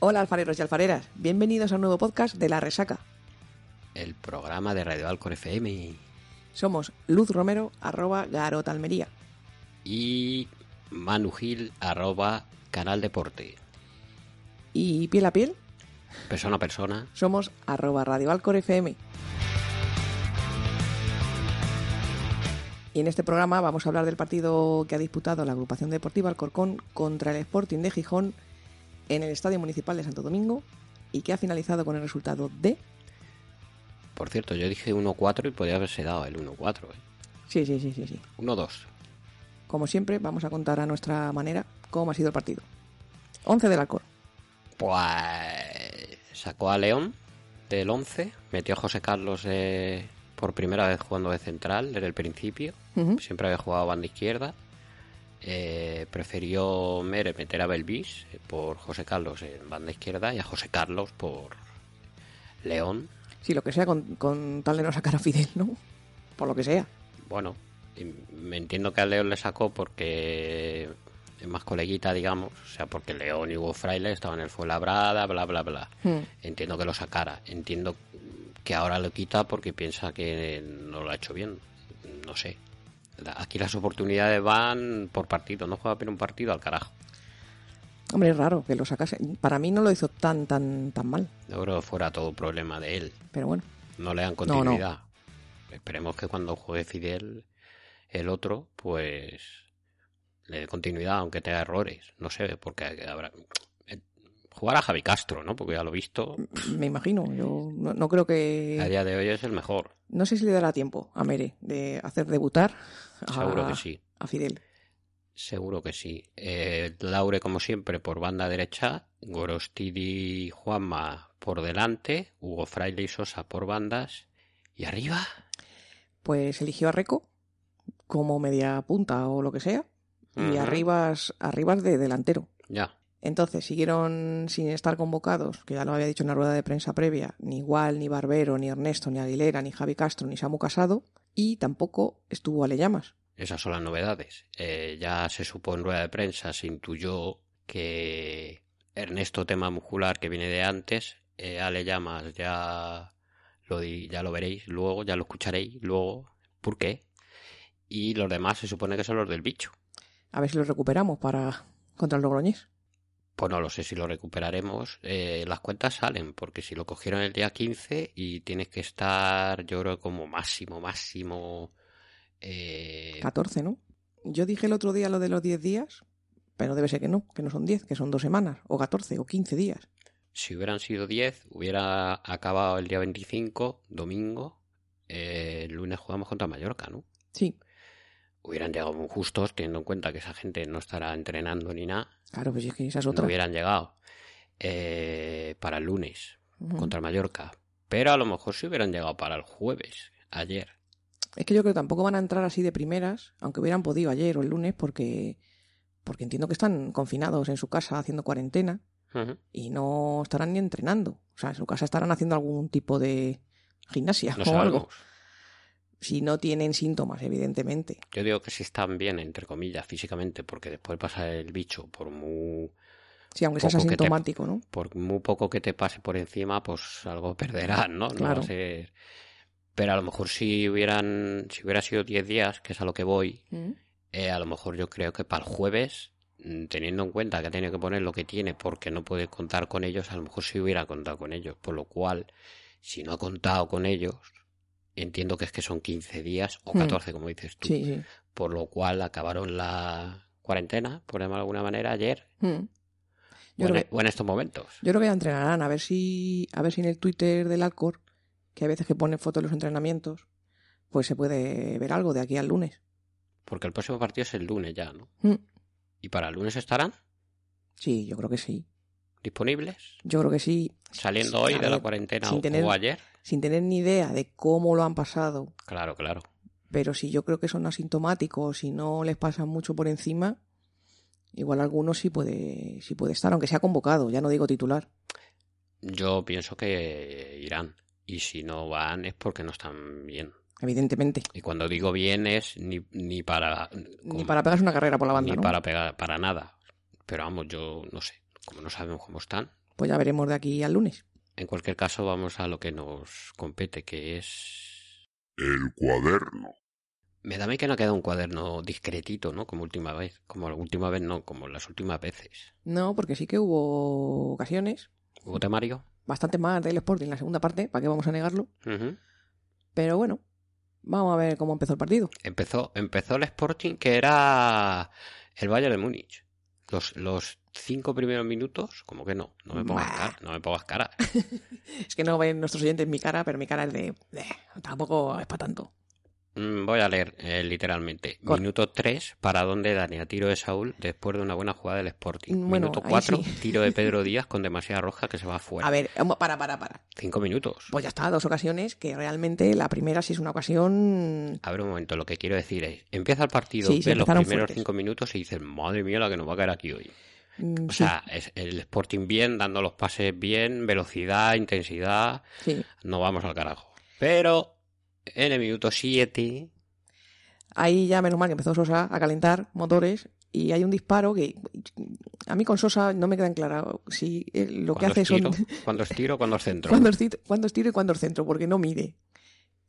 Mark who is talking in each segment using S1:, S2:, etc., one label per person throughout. S1: Hola alfareros y alfareras, bienvenidos a un nuevo podcast de La Resaca.
S2: El programa de Radio Alcor FM
S1: Somos Luz Romero, arroba Garota Almería.
S2: y Manu Gil, arroba Canal Deporte.
S1: Y piel a piel,
S2: Persona a persona.
S1: somos arroba Radio Alcor FM. Y en este programa vamos a hablar del partido que ha disputado la agrupación deportiva Alcorcón contra el Sporting de Gijón en el Estadio Municipal de Santo Domingo y que ha finalizado con el resultado de...
S2: Por cierto, yo dije 1-4 y podría haberse dado el 1-4. ¿eh?
S1: Sí, sí, sí, sí, sí.
S2: 1-2.
S1: Como siempre, vamos a contar a nuestra manera cómo ha sido el partido. 11 del Alcor.
S2: Pues sacó a León del 11, metió a José Carlos eh, por primera vez jugando de central desde el principio.
S1: Ujú.
S2: Siempre había jugado banda izquierda. Eh, prefirió Mere meter a Belvis eh, por José Carlos en banda izquierda y a José Carlos por León.
S1: Sí, lo que sea, con, con tal de no sacar a Fidel, ¿no? Por lo que sea.
S2: Bueno, y me entiendo que a León le sacó porque es más coleguita, digamos. O sea, porque León y Hugo Fraile estaban en el Fuenlabrada, bla, bla, bla.
S1: Hmm.
S2: Entiendo que lo sacara. Entiendo que ahora lo quita porque piensa que no lo ha hecho bien. No sé. La- Aquí las oportunidades van por partido. No juega bien un partido al carajo.
S1: Hombre, es raro que lo sacase. Para mí no lo hizo tan, tan, tan mal.
S2: No creo que fuera todo problema de él.
S1: Pero bueno.
S2: No le dan
S1: no.
S2: continuidad. Esperemos que cuando juegue Fidel, el otro, pues le dé continuidad, aunque tenga errores. No sé, porque habrá. eh, Jugar a Javi Castro, ¿no? Porque ya lo he visto.
S1: Me imagino. Yo no, no creo
S2: A
S1: que.
S2: día de hoy es el mejor.
S1: No sé si le dará tiempo a Mere de hacer debutar a,
S2: Seguro que sí.
S1: a Fidel.
S2: Seguro que sí. Eh, Laure, como siempre, por banda derecha. Gorostidi y Juanma por delante. Hugo Fraile y Sosa por bandas. Y arriba,
S1: Pues eligió a Reco como media punta o lo que sea. Y
S2: Ujú.
S1: arribas, arribas de delantero.
S2: ya.
S1: Entonces siguieron sin estar convocados, que ya lo había dicho en la rueda de prensa previa, ni Igual, ni Barbero, ni Ernesto, ni Aguilera, ni Javi Castro, ni Samu Casado, y tampoco estuvo Ale Llamas.
S2: Esas son las novedades. Eh, ya se supo en rueda de prensa, se intuyó que Ernesto Tema Muscular, que viene de antes, eh, Ale Llamas, ya lo, di- ya lo veréis luego, ya lo escucharéis luego, ¿por qué? Y los demás se supone que son los del bicho.
S1: A ver si lo recuperamos para contra el Logroñés.
S2: Pues no lo sé si lo recuperaremos. Eh, las cuentas salen, porque si lo cogieron el día 15 y tienes que estar, yo creo, como máximo, máximo... Eh,
S1: 14, ¿no? Yo dije el otro día lo de los 10 días, pero debe ser que no, que no son 10, que son dos semanas, o 14, o 15 días.
S2: Si hubieran sido 10, hubiera acabado el día 25, domingo. eh, el lunes jugamos contra Mallorca, ¿no?
S1: Sí,
S2: Hubieran llegado muy justos, teniendo en cuenta que esa gente no estará entrenando ni nada.
S1: claro, pues es que esa es
S2: No
S1: otra.
S2: hubieran llegado eh, para el lunes
S1: Ujú.
S2: contra Mallorca. Pero a lo mejor si hubieran llegado para el jueves, ayer.
S1: Es que yo creo que tampoco van a entrar así de primeras, aunque hubieran podido ayer o el lunes, porque, porque entiendo que están confinados en su casa haciendo cuarentena.
S2: Ujú.
S1: y no estarán ni entrenando. O sea, en su casa estarán haciendo algún tipo de gimnasia
S2: No
S1: o algo.
S2: sabemos.
S1: Si no tienen síntomas, evidentemente.
S2: Yo digo que si están bien, entre comillas, físicamente, porque después pasa el bicho por muy
S1: Sí, aunque seas
S2: Poco que te-
S1: asintomático, ¿no?
S2: por muy poco que te pase por encima, pues algo perderás, ¿no? No
S1: Claro.
S2: va a ser- Pero a lo mejor si hubieran, si hubiera sido 10 días, que es a lo que voy,
S1: Mm.
S2: eh, a lo mejor yo creo que para el jueves, mm, teniendo en cuenta que ha tenido que poner lo que tiene porque no puede contar con ellos, a lo mejor si hubiera contado con ellos. Por lo cual, si no ha contado con ellos, entiendo que es que son 15 días o
S1: Mm.
S2: 14, como dices tú.
S1: Sí, sí.
S2: Por lo cual acabaron la cuarentena, por llamarlo de alguna manera, ayer
S1: Mm. Yo,
S2: o en- e-
S1: creo que,
S2: o en estos momentos.
S1: yo creo que ya entrenarán. A ver si, a ver si en el Twitter del Alcor, que a veces que ponen fotos de los entrenamientos, pues se puede ver algo de aquí al lunes.
S2: Porque el próximo partido es el lunes ya, ¿no?
S1: Mm.
S2: ¿Y para el lunes estarán
S1: Sí, yo creo que sí.
S2: disponibles?
S1: Yo creo que sí.
S2: Saliendo
S1: Sí,
S2: hoy
S1: a
S2: de la
S1: ver,
S2: cuarentena
S1: sin
S2: o,
S1: tener-
S2: o ayer.
S1: Sin tener ni idea de cómo lo han pasado,
S2: Claro, claro.
S1: Pero si yo creo que son asintomáticos y no les pasa mucho por encima, igual alguno sí puede, sí puede estar, aunque sea convocado, ya no digo titular.
S2: Yo pienso que irán. Y si no van es porque no están bien.
S1: Evidentemente.
S2: Y cuando digo bien es ni, ni para...
S1: Ni
S2: como-
S1: para pegarse una carrera por la banda,
S2: ni
S1: ¿no?
S2: para pegar- para nada. Pero vamos, yo no sé. Como no sabemos cómo están,
S1: Pues ya veremos de aquí al lunes.
S2: En cualquier caso, vamos a lo que nos compete, que es...
S3: El cuaderno.
S2: Me da a mí que no ha quedado un cuaderno discretito, ¿no? Como última vez. Como la última vez no, como las últimas veces.
S1: No, porque sí que hubo ocasiones.
S2: ¿Hubo temario?
S1: Bastante más del Sporting en la segunda parte, ¿para qué vamos a negarlo?
S2: Ujú.
S1: Pero bueno, vamos a ver cómo empezó el partido.
S2: Empezó, empezó el Sporting, que era el Bayern de Múnich. Los, los cinco primeros minutos, como que no, no me pongas
S1: Buah.
S2: cara, no me pongas cara.
S1: Es que no ven nuestros oyentes mi cara, pero mi cara es de... "Eh, tampoco es para tanto.
S2: Mm, Voy a leer eh, literalmente.
S1: Cor-
S2: Minuto 3, para donde Dani a tiro de Saúl después de una buena jugada del Sporting.
S1: Mm, bueno,
S2: Minuto
S1: ahí
S2: 4,
S1: sí.
S2: tiro de Pedro Díaz con demasiada roja que se va afuera.
S1: A ver, para, para, para.
S2: Cinco minutos.
S1: Pues ya está, dos ocasiones que realmente la primera sí es una ocasión...
S2: A ver un momento, lo que quiero decir es, empieza el partido,
S1: Sí, sí,
S2: ves los
S1: empezaron
S2: primeros
S1: fuertes.
S2: cinco minutos y dices, madre mía, la que nos va a caer aquí hoy.
S1: mm,
S2: O
S1: sí,
S2: sea, es el Sporting bien, dando los pases bien, velocidad, intensidad,
S1: sí.
S2: no vamos al carajo. Pero en el minuto 7,
S1: Ahí ya menos mal que empezó Sosa a calentar motores y hay un disparo que a mí con Sosa no me quedan claro si eh, lo que
S2: cuando
S1: hace
S2: es tiro,
S1: son
S2: cuando es tiro, cuando es centro.
S1: cuándo es, tit- cuándo es tiro y cuándo es centro, porque no mide.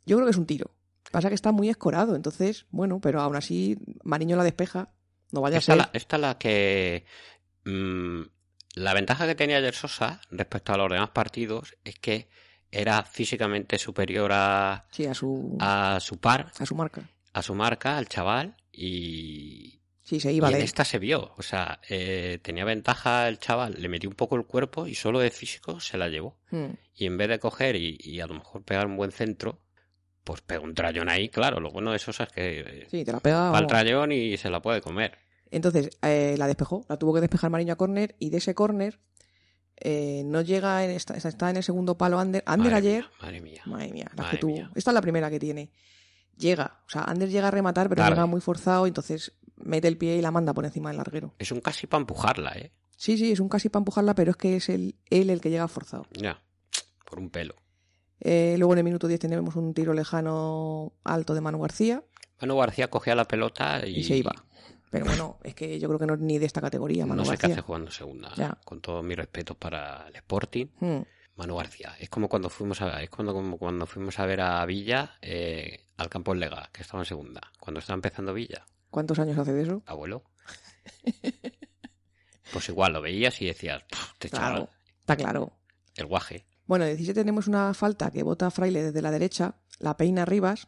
S1: Yo creo que es un tiro. Pasa que está muy escorado, entonces, bueno, pero aún así Mariño la despeja, no vaya a
S2: Esta
S1: ser.
S2: la, esta la que. mm, la ventaja que tenía ayer Sosa respecto a los demás partidos es que era físicamente superior a,
S1: Sí, a su, a...
S2: a su par,
S1: su marca.
S2: a su marca, al chaval, y,
S1: Sí, se
S2: y
S1: iba
S2: en
S1: de
S2: esta se vio. O sea, eh, tenía ventaja el chaval, le metió un poco el cuerpo y solo de físico se la llevó.
S1: Mm.
S2: Y en vez de coger y, y a lo mejor pegar un buen centro, pues pegó un trayón ahí, claro. Lo bueno de Sosa es que eh,
S1: Sí, te la pega.
S2: va al
S1: vamos.
S2: trayón y se la puede comer.
S1: Entonces, eh, la despejó, la tuvo que despejar Mariño a córner y de ese córner eh, no llega, en esta- está en el segundo palo Ander. Ander
S2: Madre
S1: ayer
S2: mía, madre mía.
S1: Madre mía, las
S2: Madre
S1: que tuvo.
S2: mía.
S1: Esta es la primera que tiene. Llega, o sea, Anders llega a rematar, pero
S2: Tarde.
S1: llega muy forzado, entonces mete el pie y la manda por encima del larguero.
S2: Es un casi para empujarla, ¿eh?
S1: Sí, sí, es un casi para empujarla, pero es que es el, él el que llega forzado.
S2: Ya, por un pelo.
S1: Eh, luego en el minuto 10 tenemos un tiro lejano alto de Manu García
S2: Manu García cogía la pelota y,
S1: y, se iba. Pero bueno, es que yo creo que no es ni de esta categoría, Manu
S2: No sé qué
S1: García.
S2: hace jugando segunda.
S1: Ya.
S2: Con todos mis respetos para el Sporting,
S1: Hmm,
S2: Manu García. Es como cuando fuimos a, es cuando, como cuando fuimos a ver a Villa eh, al campo en Lega, que estaba en segunda. Cuando estaba empezando Villa,
S1: ¿Cuántos años hace de eso?
S2: abuelo. pues igual lo veías y decías, "Puf, este chaval,
S1: Claro, está claro.
S2: el guaje.
S1: Bueno, en el 17 tenemos una falta que bota Fraile desde la derecha, la peina Rivas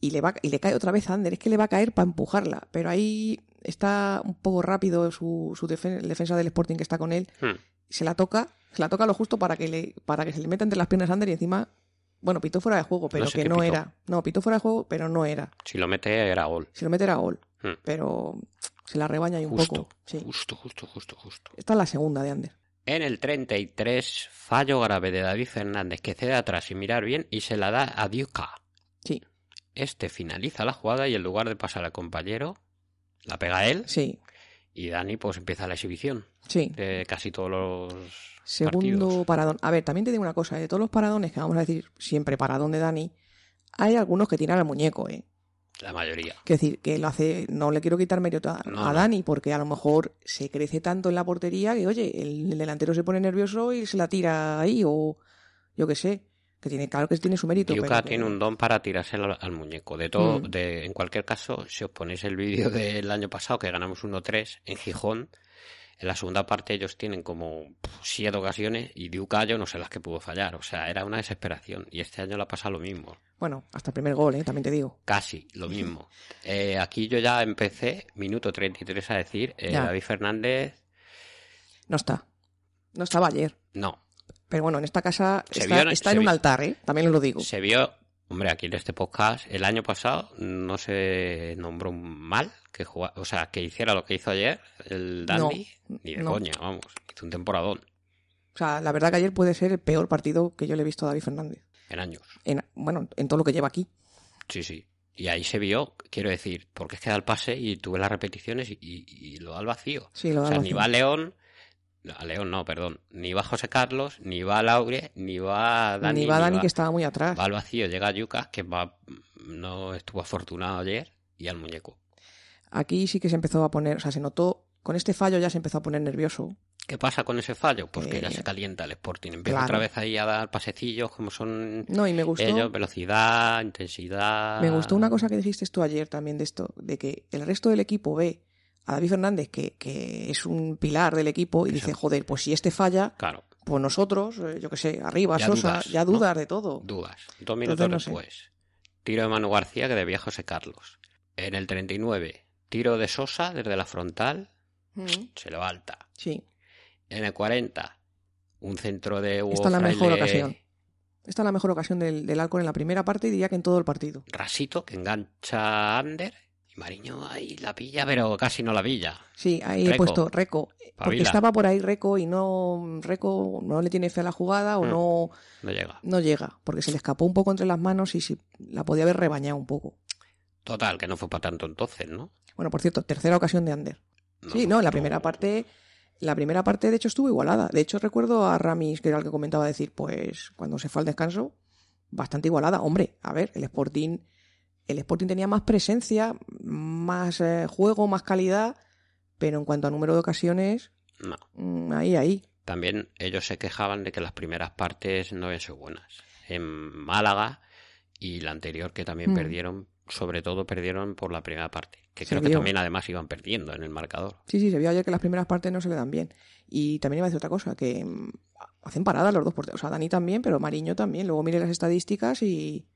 S1: y le, va, y le cae otra vez a Ander. Es que le va a caer para empujarla, pero ahí está un poco rápido su, su defen- el defensa del Sporting que está con él.
S2: Hmm.
S1: Se la toca, se la toca lo justo para que, le, para que se le meta entre las piernas a Ander y encima, bueno, pitó fuera de juego, pero
S2: sé
S1: que
S2: qué
S1: no
S2: pitó.
S1: era. No, pitó fuera de juego, pero no era.
S2: Si lo mete era gol.
S1: Si lo mete era gol,
S2: Hmm.
S1: pero se la rebaña ahí un
S2: Justo,
S1: poco. Sí.
S2: justo, justo, justo, justo.
S1: Esta es la segunda de Ander.
S2: En el 33, fallo grave de David Fernández que cede atrás sin mirar bien y se la da a Diuca.
S1: Sí,
S2: Este finaliza la jugada y en lugar de pasar al compañero, la pega él
S1: sí,
S2: y Dani pues empieza la exhibición
S1: sí.
S2: de casi todos los
S1: Segundo
S2: partidos.
S1: paradón. A ver, también te digo una cosa, ¿eh? de todos los paradones que vamos a decir siempre paradón de Dani, hay algunos que tiran al muñeco, ¿eh?
S2: La mayoría.
S1: Que decir, que lo hace, no le quiero quitar mérito a,
S2: No,
S1: a
S2: no.
S1: Dani, porque a lo mejor se crece tanto en la portería que, oye, el, el delantero se pone nervioso y se la tira ahí, o yo qué sé, que tiene, claro que tiene su mérito. pero
S2: Diuca
S1: que-
S2: tiene un don para tirarse al, al muñeco. De todo,
S1: Mm.
S2: de, en cualquier caso, si os ponéis el vídeo del año pasado que ganamos 1-3 en Gijón, en la segunda parte ellos tienen como puf, siete ocasiones y Diuca yo no sé las que pudo fallar. O sea, era una desesperación. Y este año le ha pasado lo mismo.
S1: Bueno, hasta el primer gol, ¿eh? También te digo.
S2: Casi lo mismo. Eh, aquí yo ya empecé, minuto 33, a decir, eh,
S1: Ya.
S2: David Fernández,
S1: No está. No estaba ayer.
S2: no.
S1: Pero bueno, en esta casa
S2: Se
S1: está,
S2: vio en-
S1: está
S2: se
S1: en un
S2: vi-
S1: altar, ¿eh? También os lo digo.
S2: Se vio, hombre, aquí en este podcast, el año pasado no se nombró un mal que jugara, o sea, que hiciera lo que hizo ayer el Dandy, ni de
S1: no.
S2: coña, vamos, hizo un temporadón
S1: O sea, la verdad que ayer puede ser el peor partido que yo le he visto a David Fernández.
S2: en años.
S1: en- bueno, en todo lo que lleva aquí.
S2: Sí, sí. Y ahí se vio, quiero decir, porque es que da el pase y tuve las repeticiones y, y- y lo da al vacío.
S1: Sí, lo
S2: O
S1: da
S2: sea,
S1: lo
S2: ni
S1: hace.
S2: va León, no, a León no, perdón, ni va José Carlos, ni va Laure, ni va Dani,
S1: Ni va Dani, que estaba muy atrás.
S2: va al vacío, llega Yuka, que va, no estuvo afortunado ayer, y al muñeco.
S1: Aquí sí que se empezó a poner, o sea, se notó, con este fallo ya se empezó a poner nervioso.
S2: ¿Qué pasa con ese fallo? Pues que
S1: Eh,
S2: ya se calienta el Sporting. Empieza
S1: claro.
S2: otra vez ahí a dar pasecillos como son
S1: No, y me gustó.
S2: ellos, velocidad, intensidad.
S1: Me gustó una cosa que dijiste tú ayer también de esto, de que el resto del equipo ve a David Fernández, que, que es un pilar del equipo, y dice,
S2: Exacto.
S1: joder, pues si este falla,
S2: Claro,
S1: pues nosotros, eh, yo qué sé, arriba,
S2: Ya
S1: Sosa,
S2: dudas,
S1: ya
S2: ¿no?
S1: dudas de todo.
S2: dudas. Dos minutos
S1: Oh, no sé.
S2: después, tiro de Manu García que debía José Carlos. En el 39, tiro de Sosa desde la frontal,
S1: Mm,
S2: se levanta.
S1: Sí,
S2: En el 40, un centro de Hugo
S1: Esta es la
S2: Fraile
S1: mejor ocasión. esta es la mejor ocasión del, del Alcor en la primera parte y diría que en todo el partido.
S2: Rasito que engancha a Ander. Y Mariño ahí la pilla, pero casi no la pilla.
S1: Sí, ahí he
S2: Reco.
S1: puesto Reco, porque
S2: Pavila.
S1: estaba por ahí Reco y no Reco no le tiene fe a la jugada o
S2: Mm.
S1: no
S2: No llega.
S1: no llega, porque se le escapó un poco entre las manos y sí, la podía haber rebañado un poco.
S2: Total, que no fue para tanto entonces, ¿no?
S1: Bueno, por cierto, tercera ocasión de Ander. Sí, no, en la primera parte, la primera parte de hecho estuvo igualada. De hecho recuerdo a Ramis, que era el que comentaba decir, pues cuando se fue al descanso, bastante igualada. Hombre, a ver, el Sporting, el Sporting tenía más presencia, más eh, juego, más calidad, pero en cuanto a número de ocasiones,
S2: No.
S1: mm, ahí, ahí.
S2: También ellos se quejaban de que las primeras partes no habían sido buenas. En Málaga y la anterior que también
S1: Mm.
S2: perdieron, sobre todo perdieron por la primera parte. Que
S1: Se
S2: creo que
S1: vio.
S2: también además iban perdiendo en el marcador.
S1: Sí, sí, se vio ayer que las primeras partes no se le dan bien. Y también iba a decir otra cosa, que mm, hacen paradas los dos porteros. O sea, Dani también, pero Mariño también. Luego mire las estadísticas y,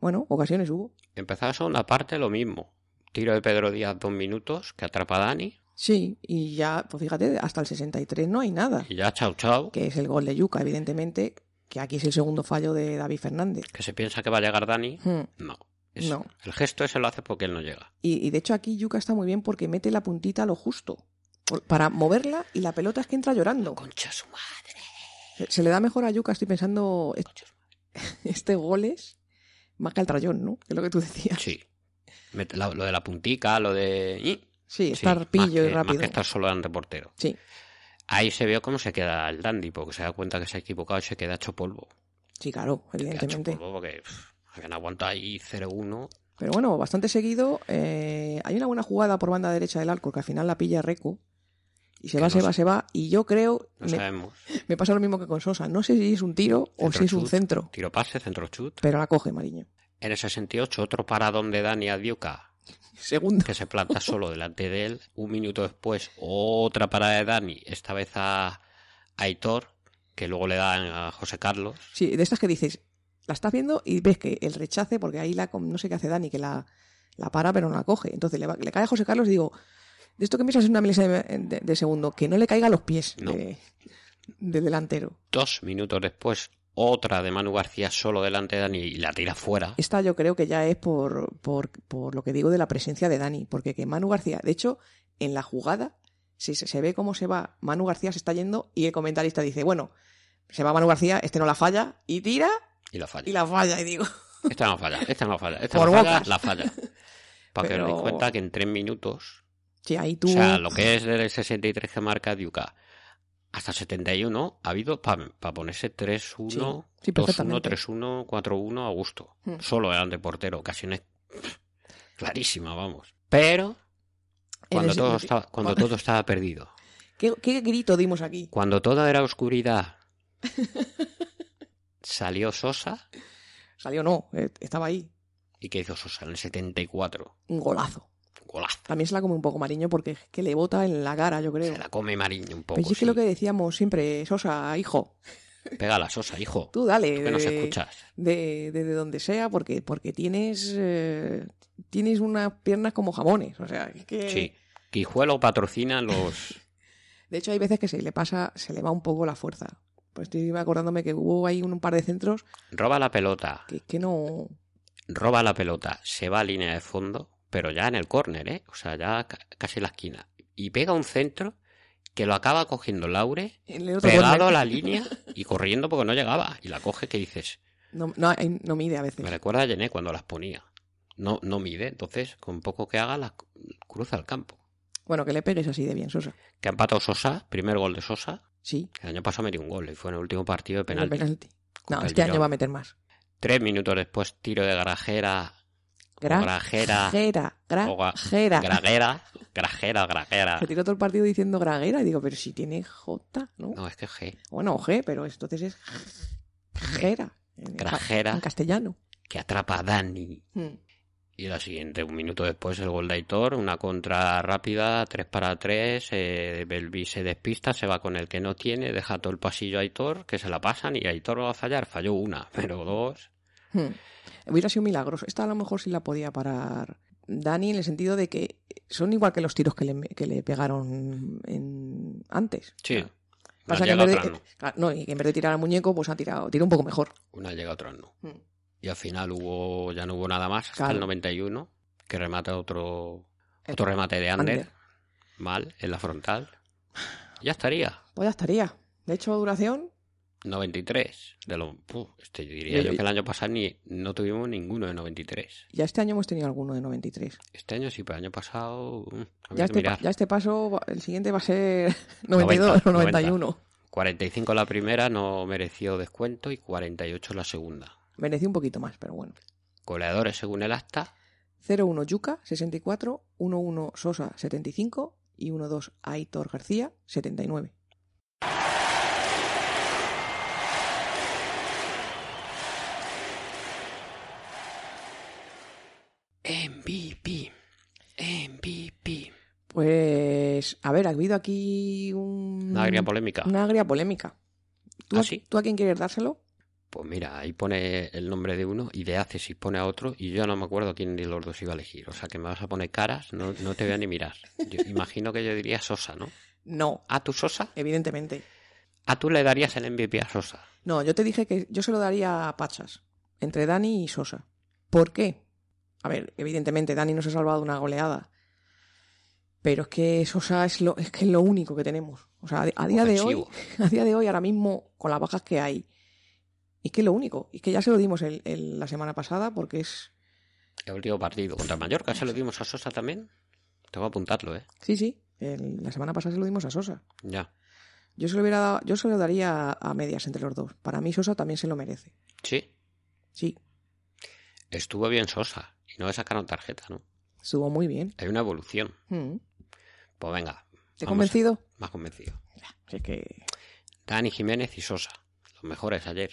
S1: bueno, ocasiones hubo.
S2: Empezaba la segunda parte lo mismo. Tiro de Pedro Díaz dos minutos, que atrapa a Dani,
S1: Sí, y ya, pues fíjate, hasta el 63 no hay nada.
S2: y ya chao chao,
S1: Que es el gol de Yuca, evidentemente, que aquí es el segundo fallo de David Fernández.
S2: que se piensa que va a llegar Dani.
S1: Hmm.
S2: No. Es-
S1: No.
S2: El gesto ese lo hace porque él no llega.
S1: Y, y de hecho aquí Yuca está muy bien porque mete la puntita a lo justo. por- Para moverla y la pelota es que entra llorando.
S2: Concha su madre.
S1: Se, se le da mejor a Yuca, estoy pensando, est-
S2: Concha su madre.
S1: este gol es más que al trayón, ¿no? Que es lo que tú decías.
S2: Sí. Met- la- lo de la puntica, lo de... ¡Ih!
S1: Sí,
S2: Sí,
S1: estar
S2: más
S1: pillo
S2: que-
S1: y
S2: Más
S1: rápido.
S2: que estar solo dando portero.
S1: Sí,
S2: Ahí se vio cómo se queda el dandy, porque se da cuenta que se ha equivocado y se queda hecho polvo.
S1: sí, claro,
S2: Se queda hecho
S1: evidentemente.
S2: polvo porque pff, habían aguantado ahí 0-1.
S1: Pero bueno, bastante seguido. eh, hay una buena jugada por banda derecha del Alcor que al final la pilla Reco. Y se
S2: Que
S1: va,
S2: no
S1: se
S2: sé.
S1: va, se va. Y yo creo,
S2: No
S1: me,
S2: sabemos.
S1: me pasa lo mismo que con Sosa. No sé si es un tiro o
S2: Centro
S1: si es un
S2: chut.
S1: centro,
S2: Tiro pase, centro chut.
S1: pero la coge Mariño.
S2: En el 68, otro paradón de Dani a Diuca,
S1: Segundo.
S2: que se planta solo delante de él. Un minuto después, otra parada de Dani, esta vez a Aitor, que luego le dan a José Carlos.
S1: Sí, de estas que dices, la estás viendo y ves que el rechace, porque ahí la, com- no sé qué hace Dani, que la, la para pero no la coge. Entonces le, va- le cae a José Carlos y digo, de esto que empiezas en una milésima de, de- de segundo, que no le caiga a los pies
S2: No.
S1: de, del delantero.
S2: Dos minutos después, otra de Manu García solo delante de Dani y la tira fuera.
S1: Esta yo creo que ya es por, por, por lo que digo de la presencia de Dani, porque que Manu García, de hecho, en la jugada se, se- se ve cómo se va, Manu García se está yendo y el comentarista dice, bueno, se va Manu García, este no la falla, y tira
S2: Y la falla.
S1: y la falla, y digo,
S2: Esta no falla, esta no falla, esta
S1: Por
S2: no falla,
S1: bocas.
S2: la falla. Para
S1: Pero-
S2: que os deis cuenta que en tres minutos,
S1: sí, ahí tú...
S2: o sea, lo que es del 63 que marca Duca hasta 71, ha habido para ponerse 3-1,
S1: Sí, sí,
S2: 2-1,
S1: perfectamente.
S2: 3-1, 4-1 a gusto.
S1: Hmm.
S2: Solo eran de portero, ocasiones clarísimas, vamos. Pero cuando,
S1: el-
S2: todo, estaba, cuando todo estaba perdido,
S1: ¿Qué, qué grito dimos aquí?
S2: cuando todo era oscuridad, salió Sosa.
S1: Salió no, eh, estaba ahí,
S2: ¿Y qué hizo Sosa en el 74?
S1: un golazo.
S2: Golazo.
S1: También se la come un poco Mariño porque es que le bota en la cara, yo creo.
S2: Se la come Mariño un poco.
S1: Pero sí que
S2: sí.
S1: lo que decíamos siempre, Sosa, hijo,
S2: Pega la sosa, hijo.
S1: tú dale.
S2: que nos
S1: de-
S2: escuchas.
S1: de, de- de donde sea porque porque tienes eh, tienes unas piernas como jamones o sea es que
S2: Sí. Quijuelo patrocina los.
S1: de hecho hay veces que se le pasa se le va un poco la fuerza pues estoy acordándome que hubo ahí un, par de centros
S2: Roba la pelota.
S1: que, que no
S2: Roba la pelota. Se va a línea de fondo, pero ya en el córner, ¿eh? O sea, ya ca- casi en la esquina. Y pega un centro que lo acaba cogiendo Laure,
S1: en el otro
S2: pegado
S1: córner.
S2: a la línea y corriendo porque no llegaba. Y la coge que dices.
S1: no, no, hay- no mide a veces
S2: Me recuerda a Gené cuando las ponía. No, no mide, entonces con poco que haga las cu- cruza el campo.
S1: bueno que le pegues así de bien Sosa
S2: Que ha empatado Sosa, primer gol de Sosa.
S1: sí
S2: El año pasado metió un gol y fue en el último partido de
S1: en
S2: penalti.
S1: el penalti. no
S2: Contra el
S1: este año
S2: Girona.
S1: va a meter más
S2: Tres minutos después, tiro de garajera
S1: Gra-
S2: grajera.
S1: Grajera,
S2: o ga-
S1: grajera.
S2: Graguera. Grajera, grajera.
S1: Se tiró todo el partido diciendo graguera y digo, pero si tiene J, ¿no?
S2: No, es que G.
S1: Bueno, G, pero entonces es grajera. En-
S2: Grajera
S1: En castellano.
S2: que atrapa a Dani.
S1: Mm.
S2: Y la siguiente, un minuto después, el gol de Aitor, una contra rápida, 3 para 3, eh, Belví se despista, se va con el que no tiene, deja todo el pasillo a Aitor, que se la pasan y Aitor va a fallar, falló una, pero dos.
S1: Hmm. Hubiera sido milagroso. Esta a lo mejor sí la podía parar Dani en el sentido de que son igual que los tiros que le, que le pegaron en- antes.
S2: Sí, una
S1: Pasa que
S2: llega,
S1: en vez
S2: otra
S1: de,
S2: no.
S1: eh, no, y que en vez de tirar al muñeco, pues ha tirado, tira un poco mejor.
S2: Una llega, otra no.
S1: Hmm.
S2: Y al final hubo, ya no hubo nada más, hasta
S1: Claro.
S2: el 91, que remata otro,
S1: Eh,
S2: otro remate de Ander,
S1: Ander.
S2: mal, en la frontal. Ya estaría,
S1: Pues ya estaría. De hecho, duración,
S2: 93. De lo, Puh, este, diría
S1: Yo-
S2: yo que el año pasado ni, no tuvimos ninguno de 93.
S1: ya este año hemos tenido alguno de 93.
S2: Este año sí, pero el año pasado. mm, habría
S1: Ya
S2: que
S1: este, pa-
S2: mirar.
S1: ya este paso, va- el siguiente va a ser 92
S2: 90,
S1: o 91.
S2: 45 la primera, no mereció descuento, y 48 la segunda.
S1: Merecí un poquito más, pero bueno.
S2: Goleadores según el acta,
S1: 0-1 Yuca, 64, 1-1 Sosa, 75 y 1-2 Aitor García, 79.
S2: MVP. MVP.
S1: Pues, a ver, ha habido aquí un-
S2: Una agria polémica.
S1: una agria polémica. ¿Tú,
S2: ¿Ah,
S1: a-
S2: sí?
S1: ¿Tú a quién quieres dárselo?
S2: Pues mira, ahí pone el nombre de uno y de Acesis pone a otro y yo no me acuerdo quién de los dos iba a elegir. O sea que me vas a poner caras, no, no te voy a ni mirar. Yo imagino que yo diría Sosa, ¿no?
S1: No,
S2: ¿A tu Sosa?
S1: evidentemente.
S2: ¿A tú le darías el MVP a Sosa?
S1: No, yo te dije que yo se lo daría a Pachas, entre Dani y Sosa. ¿Por qué? A ver, evidentemente Dani nos ha salvado una goleada. Pero es que Sosa es lo, es que es lo único que tenemos. O sea, a- a día de hoy,
S2: Ofensivo.
S1: a día de hoy, ahora mismo, con las bajas que hay, es que es lo único. Es que ya se lo dimos el- el- la semana pasada porque es.
S2: El último partido contra Mallorca, ¿se lo dimos a Sosa también? Tengo que apuntarlo, ¿eh?
S1: Sí, sí. el- la semana pasada se lo dimos a Sosa.
S2: Ya.
S1: Yo se lo hubiera dado- yo se lo daría a, a medias entre los dos. Para mí Sosa también se lo merece.
S2: Sí,
S1: Sí,
S2: estuvo bien Sosa y no le sacaron tarjeta, ¿no?
S1: estuvo muy bien.
S2: Hay una evolución.
S1: Mm.
S2: Pues venga.
S1: ¿Te he
S2: vamos-
S1: convencido?
S2: Más convencido.
S1: Así que
S2: Dani Jiménez y Sosa, los mejores ayer.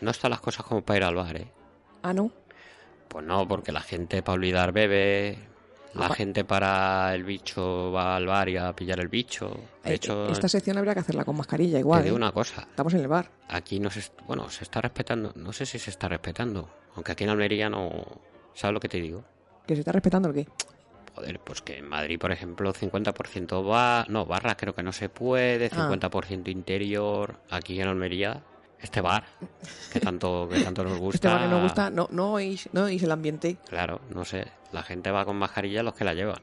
S2: No están las cosas como para ir al bar, ¿eh?
S1: Ah, no.
S2: Pues no, porque la gente para olvidar bebe, la
S1: Apa-
S2: gente para el bicho va al bar y a pillar el bicho. De
S1: Eh,
S2: hecho,
S1: esta sección habría que hacerla con mascarilla
S2: te
S1: igual.
S2: digo
S1: ¿eh?
S2: una cosa,
S1: Estamos en el bar.
S2: aquí no se, est- bueno, se está respetando, no sé si se está respetando, aunque aquí en Almería no, ¿sabes lo que te digo?
S1: ¿Que se está respetando el qué?
S2: Joder, pues que en Madrid, por ejemplo, 50% va, no, barra creo que no se puede,
S1: Ah.
S2: 50% interior, aquí en Almería, este bar, que tanto, que tanto nos gusta.
S1: Este bar que nos gusta, no, no oís, no oís el ambiente.
S2: Claro, no sé, la gente va con mascarilla los que la llevan.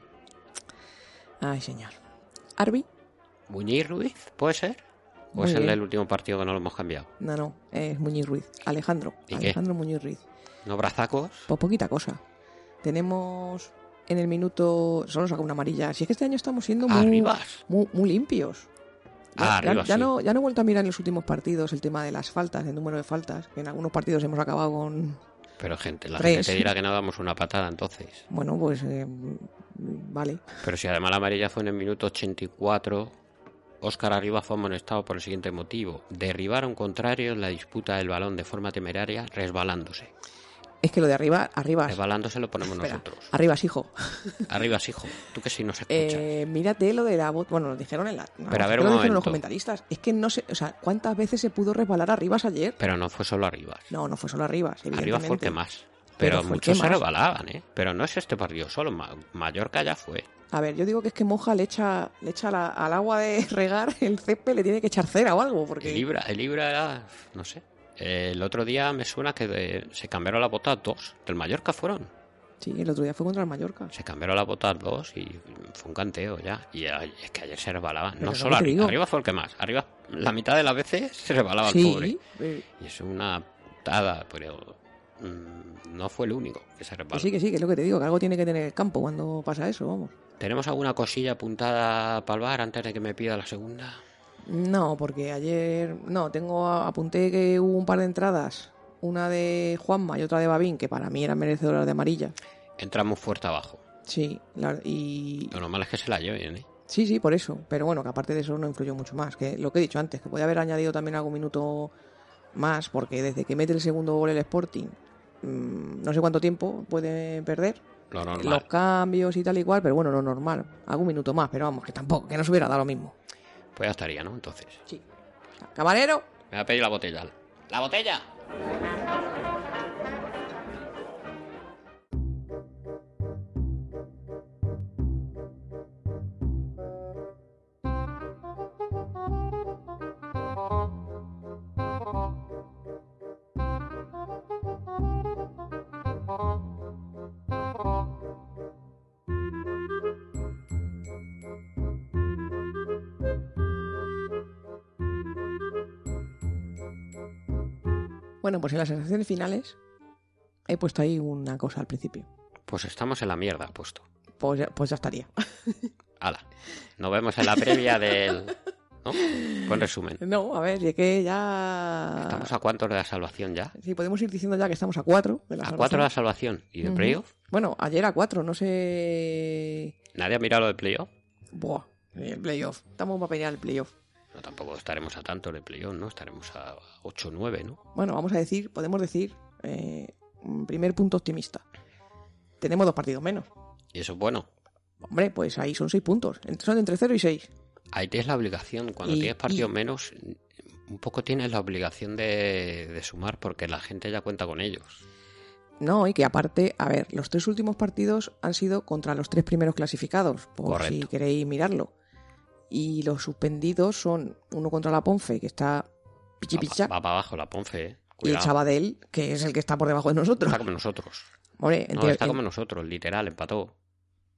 S1: Ay, señor. Arby,
S2: Muñiz Ruiz, ¿puede ser? ¿O
S1: Muy
S2: es el
S1: bien.
S2: del último partido que no lo hemos cambiado?
S1: no, no, es Muñiz Ruiz. Alejandro,
S2: ¿Y qué?
S1: Alejandro Muñiz Ruiz.
S2: ¿No brazacos?
S1: Pues poquita cosa. Tenemos en el minuto. Solo saca una amarilla. Si es que este año estamos siendo muy,
S2: Arribas.
S1: muy, muy limpios. Ya,
S2: Ah, arriba,
S1: ya- ya
S2: sí.
S1: no, ya no he vuelto a mirar en los últimos partidos el tema de las faltas, el número de faltas, que en algunos partidos hemos acabado con,
S2: Pero gente, la
S1: Tres.
S2: gente te dirá que no damos una patada entonces.
S1: bueno, pues eh, vale.
S2: Pero si además la amarilla fue en el minuto 84, Óscar Arribas fue amonestado por el siguiente motivo. Derribar a un contrario en la disputa del balón de forma temeraria resbalándose.
S1: Es que lo de arriba, arriba,
S2: Resbalándose lo ponemos
S1: Ah. Espera,
S2: nosotros.
S1: arribas, hijo.
S2: Arribas, hijo. Tú que si nos escuchas.
S1: Eh, mírate lo de la bot- Bueno, lo dijeron en la. no,
S2: Pero a ver,
S1: creo que
S2: un
S1: lo dijeron los
S2: momento.
S1: comentaristas. Es que no sé, o sea, ¿cuántas veces se pudo resbalar arribas ayer?
S2: Pero no fue solo Arribas.
S1: No, no fue solo arribas, evidentemente.
S2: Arribas fue el que más.
S1: Pero
S2: Pero,
S1: fue el
S2: muchos
S1: que
S2: se
S1: más.
S2: rebalaban, ¿eh? Pero no es este partido solo. Ma- Mallorca ya fue.
S1: A ver, yo digo que es que Moja le echa, le echa la- al agua de regar el césped, le tiene que echar cera o algo, porque.
S2: El Libra, el Libra era, no sé. El otro día me suena que de- se cambiaron las botas dos. Del Mallorca fueron.
S1: Sí, el otro día fue contra el Mallorca.
S2: Se cambiaron las botas dos y fue un canteo ya. Y a- es que ayer se resbalaba.
S1: Pero
S2: No
S1: es lo
S2: solo
S1: que te
S2: arriba,
S1: digo.
S2: arriba fue el que más. Arriba la mitad de las veces se resbalaba el pobre.
S1: Sí, eh,
S2: Y es una putada, pero mm, no fue el único que se
S1: Que
S2: resbaló.
S1: Pues sí, que sí, que es lo que te digo, que algo tiene que tener el campo cuando pasa eso, vamos.
S2: ¿Tenemos alguna cosilla apuntada para el bar antes de que me pida la segunda?
S1: No, porque ayer. No, tengo. Apunté que hubo un par de entradas. Una de Juanma y otra de Babín, que para mí eran merecedoras de amarilla.
S2: Entramos fuerte abajo.
S1: Sí, la- y.
S2: Lo normal es que se la lleven, ¿eh?
S1: Sí, sí, por eso. Pero bueno, que aparte de eso no influyó mucho más. Que lo que he dicho antes, que podía haber añadido también algún minuto más, porque desde que mete el segundo gol el Sporting, mm, no sé cuánto tiempo puede perder.
S2: Lo
S1: Los
S2: normal.
S1: cambios y tal y cual, pero bueno, lo normal. Algún minuto más, pero vamos, que tampoco, que no se hubiera dado lo mismo.
S2: Pues ya estaría, ¿no? Entonces.
S1: Sí. Camarero,
S2: Me va a pedir la botella. ¡La botella!
S1: Bueno, pues en las sensaciones finales he puesto ahí una cosa al principio.
S2: Pues estamos en la mierda, puesto.
S1: Pues ya, pues ya estaría.
S2: Hala. Nos vemos en la previa del. ¿No? Con resumen.
S1: No, a ver, si es que ya...
S2: ¿Estamos a cuántos de la salvación ya?
S1: Sí, podemos ir diciendo ya que estamos a cuatro. De la
S2: A
S1: salvación.
S2: cuatro de la salvación. ¿Y de
S1: Ujú.
S2: playoff?
S1: Bueno, ayer a cuatro, no sé...
S2: ¿Nadie ha mirado lo de playoff?
S1: Buah, el playoff. Estamos para pelear el playoff.
S2: No, tampoco estaremos a tanto de playoff, ¿no? Estaremos a 8 o 9, ¿no?
S1: Bueno, vamos a decir, podemos decir, eh, un primer punto optimista. Tenemos dos partidos menos.
S2: Y eso es bueno.
S1: Hombre, pues ahí son seis puntos. Ent- Son entre cero y seis.
S2: Ahí tienes la obligación, cuando
S1: Y-
S2: tienes partidos
S1: y-
S2: menos, un poco tienes la obligación de, de sumar porque la gente ya cuenta con ellos.
S1: No, y que aparte, a ver, los tres últimos partidos han sido contra los tres primeros clasificados, por
S2: Correcto.
S1: si queréis mirarlo. Y los suspendidos son uno contra la Ponfe, que está
S2: Ah, Va,
S1: pichipicha,
S2: pa- va para abajo la Ponce,
S1: y
S2: ¿eh?
S1: el
S2: Cuidado.
S1: Sabadell, que es el que está por debajo de nosotros.
S2: Está como nosotros.
S1: Hombre, en
S2: No,
S1: teor-
S2: está
S1: en-
S2: como nosotros, literal, empató.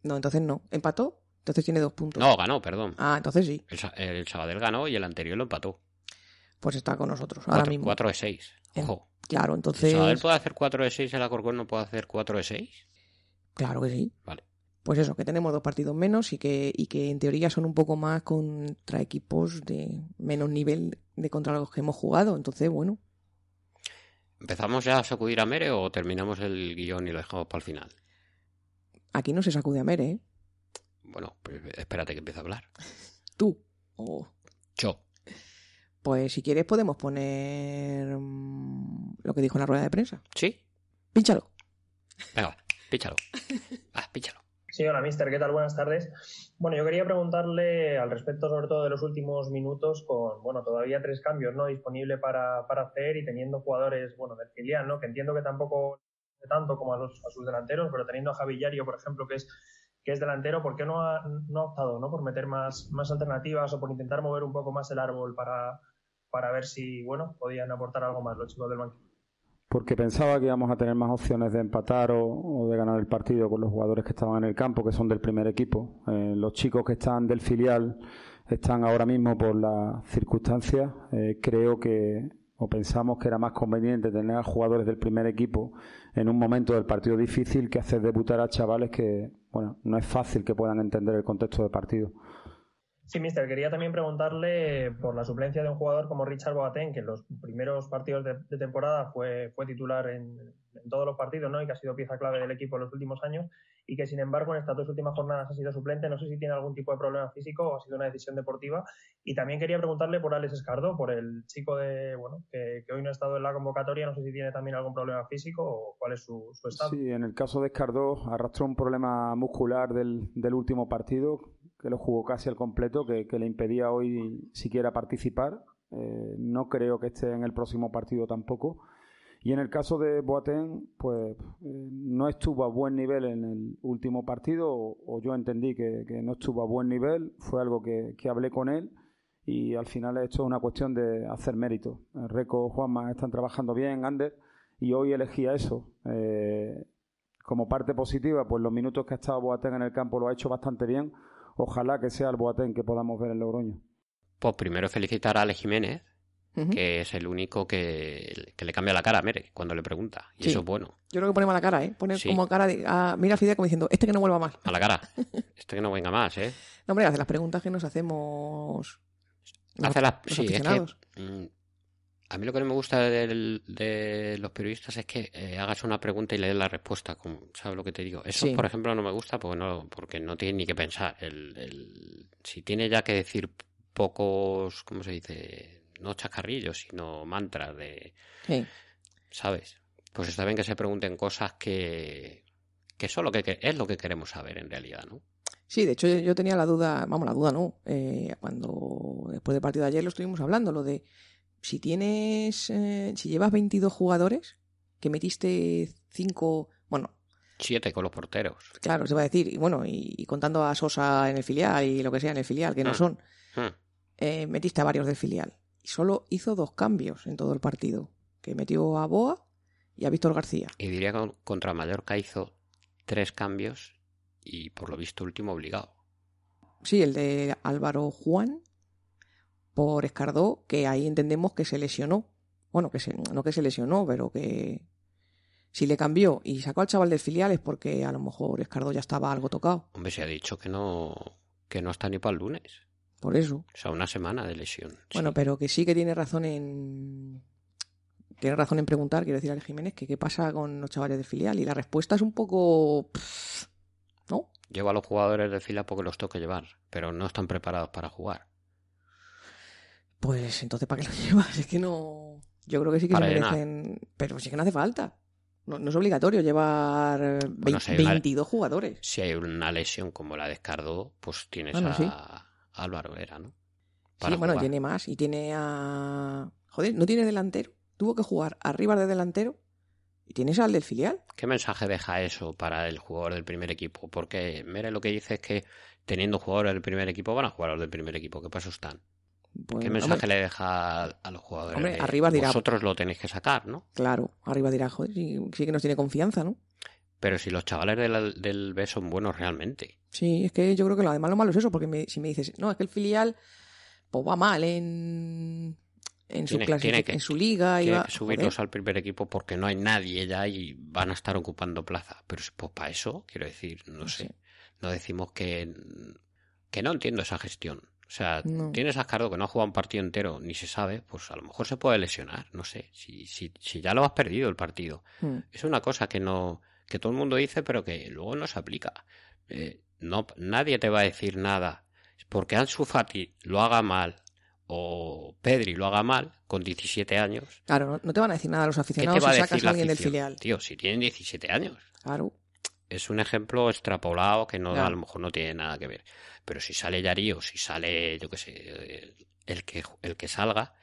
S1: no, entonces no. ¿Empató? Entonces tiene dos puntos.
S2: No, ganó, perdón.
S1: Ah, entonces sí,
S2: El, Sa- el Sabadell ganó y el anterior lo empató.
S1: pues está con nosotros ahora
S2: 4,
S1: mismo.
S2: de 6.
S1: En-
S2: Ojo.
S1: Claro,
S2: Si el Sabadell
S1: entonces...
S2: puede hacer 4 de 6, el Alcorcón no puede hacer 4 de 6.
S1: Claro que sí.
S2: Vale.
S1: Pues eso, que tenemos dos partidos menos y que, y que en teoría son un poco más contra equipos de menos nivel de contra los que hemos jugado. Entonces, bueno,
S2: ¿Empezamos ya a sacudir a Mere o terminamos el guión y lo dejamos para el final?
S1: aquí no se sacude a Mere, ¿eh?
S2: Bueno, pues espérate que empiece a hablar.
S1: Tú. Oh.
S2: Cho.
S1: Pues si quieres podemos poner mm, lo que dijo en la rueda de prensa.
S2: ¿Sí?
S1: Pínchalo.
S2: Venga, va, píchalo. Va, píchalo.
S3: Sí, hola, mister. ¿Qué tal? Buenas tardes. Bueno, yo quería preguntarle al respecto, sobre todo, de los últimos minutos, con, bueno, todavía tres cambios, ¿no? Disponible para, para hacer y teniendo jugadores, bueno, del filial, ¿no? Que entiendo que tampoco tanto como a, los, a sus delanteros, pero teniendo a Javi Yario, por ejemplo, que es, que es delantero, ¿por qué no ha, no ha optado, ¿no? Por meter más, más alternativas o por intentar mover un poco más el árbol para, para ver si, bueno, podían aportar algo más los chicos del banquillo.
S4: Porque pensaba que íbamos a tener más opciones de empatar o, o de ganar el partido con los jugadores que estaban en el campo, que son del primer equipo. Eh, los chicos que están del filial están ahora mismo por las circunstancias. Eh, creo que, o pensamos que era más conveniente tener a jugadores del primer equipo en un momento del partido difícil que hacer debutar a chavales que, bueno, no es fácil que puedan entender el contexto del partido.
S3: Sí, mister, quería también preguntarle por la suplencia de un jugador como Richard Boateng, que en los primeros partidos de, de temporada fue, fue titular en, en todos los partidos, ¿no? Y que ha sido pieza clave del equipo en los últimos años y que, sin embargo, en estas dos últimas jornadas ha sido suplente. No sé si tiene algún tipo de problema físico o ha sido una decisión deportiva. Y también quería preguntarle por Alex Escardo, por el chico de, bueno, que, que hoy no ha estado en la convocatoria. No sé si tiene también algún problema físico o cuál es su, su estado.
S4: Sí, en el caso de Escardó arrastró un problema muscular del, del último partido, que lo jugó casi al completo, que, que le impedía hoy siquiera participar. Eh, no creo que esté en el próximo partido tampoco. Y en el caso de Boateng, pues eh, no estuvo a buen nivel en el último partido, o, o yo entendí que, que no estuvo a buen nivel, fue algo que, que hablé con él y al final esto es una cuestión de hacer mérito. Eh, Reco, Juanma están trabajando bien, Ander, y hoy elegía eso. Eh, como parte positiva, pues los minutos que ha estado Boateng en el campo lo ha hecho bastante bien. Ojalá que sea el Boateng que podamos ver en Logroño.
S2: Pues primero felicitar a Ale Jiménez, uh -huh. que es el único que, que, le cambia la cara a Mere cuando le pregunta. Y sí. eso es bueno.
S1: Yo creo que pone mala cara, ¿eh? Pone sí. como cara de. A, mira a Fidel como diciendo, este que no vuelva más.
S2: A la cara. este que no venga más, ¿eh?
S1: No, hombre, hace las preguntas que nos hacemos.
S2: Los, hace las. Sí, es que. Mm, a mí lo que no me gusta de, de los periodistas es que eh, hagas una pregunta y le des la respuesta, como, ¿sabes lo que te digo? Eso, sí. por ejemplo, no me gusta porque no, porque no tiene ni que pensar. El, el, si tiene ya que decir pocos, ¿cómo se dice? No chascarrillos, sino mantras de... Sí. ¿Sabes? Pues está bien que se pregunten cosas que, que son lo que, es lo que queremos saber en realidad, ¿no?
S1: Sí, de hecho yo tenía la duda, vamos, la duda no, eh, cuando después del partido de ayer lo estuvimos hablando, lo de si tienes, eh, si llevas 22 jugadores, que metiste 5, bueno...
S2: 7 con los porteros.
S1: Claro, se va a decir, y bueno, y, y, contando a Sosa en el filial y lo que sea en el filial, que ah. no son,
S2: Hmm.
S1: ah. eh, metiste a varios del filial. Y solo hizo dos cambios en todo el partido, que metió a Boa y a Víctor García.
S2: Y diría que contra Mallorca hizo tres cambios y por lo visto último obligado.
S1: Sí, el de Álvaro Juan por Escardó, que ahí entendemos que se lesionó. Bueno, que se, no que se lesionó, pero que si le cambió y sacó al chaval del filial es porque a lo mejor Escardó ya estaba algo tocado.
S2: Hombre, se ha dicho que no, que no está ni para el lunes.
S1: Por eso.
S2: O sea, una semana de lesión.
S1: Bueno,
S2: sí.
S1: pero que sí que tiene razón en. Tiene razón en preguntar, quiero decir, al Jiménez, que qué pasa con los chavales del filial. Y la respuesta es un poco. Pff, ¿No?
S2: Lleva a los jugadores de fila porque los toca llevar, pero no están preparados para jugar.
S1: Pues entonces, ¿para qué los llevas? Es que no. Yo creo que sí que
S2: para
S1: se merecen.
S2: Llenar.
S1: Pero sí que no hace falta. No, no es obligatorio llevar
S2: Pues
S1: bueno, 20, si una... 22 jugadores.
S2: Si hay una lesión como la de Escardo, pues tienes bueno, a. Sí. Álvaro era, ¿no?
S1: Para sí, bueno, jugar. tiene más y tiene a... Joder, no tiene delantero. Tuvo que jugar arriba de delantero y tienes al del filial.
S2: ¿Qué mensaje deja eso para el jugador del primer equipo? Porque Mere lo que dice es que teniendo jugadores del primer equipo van a jugar los del primer equipo. ¿Qué paso están?
S1: Pues,
S2: Bueno, ¿Qué mensaje hombre, le deja a los jugadores?
S1: Hombre, de, arriba dirá...
S2: Eh, Vosotros lo tenéis que sacar, ¿no?
S1: Claro, arriba dirá, joder, sí, sí que nos tiene confianza, ¿no?
S2: Pero si los chavales del, del B son buenos realmente.
S1: Sí, es que yo creo que lo, además lo malo es eso, porque me, si me dices, no, es que el filial pues va mal en, en, tiene, su, tiene que, en su liga.
S2: Tiene
S1: y va,
S2: que subirlos joder. al primer equipo porque no hay nadie ya y van a estar ocupando plaza. Pero pues para eso, quiero decir, no, no sé, sé, no decimos que, que no entiendo esa gestión. O sea, no. tienes a Cardo que no ha jugado un partido entero, ni se sabe, pues a lo mejor se puede lesionar, no sé, si, si, si ya lo has perdido el partido. Hmm. Es una cosa que no que todo el mundo dice, pero que luego no se aplica. Eh, no, nadie te va a decir nada. Porque Ansu Fati lo haga mal o Pedri lo haga mal con 17 años.
S1: Claro, no, no te van a decir nada a los aficionados ¿Qué te va si a sacas a alguien afición? del filial.
S2: Tío, si tienen 17 años.
S1: Claro.
S2: Es un ejemplo extrapolado que no claro. a lo mejor no tiene nada que ver. Pero si sale Darío, si sale, yo qué sé, el que, el que salga,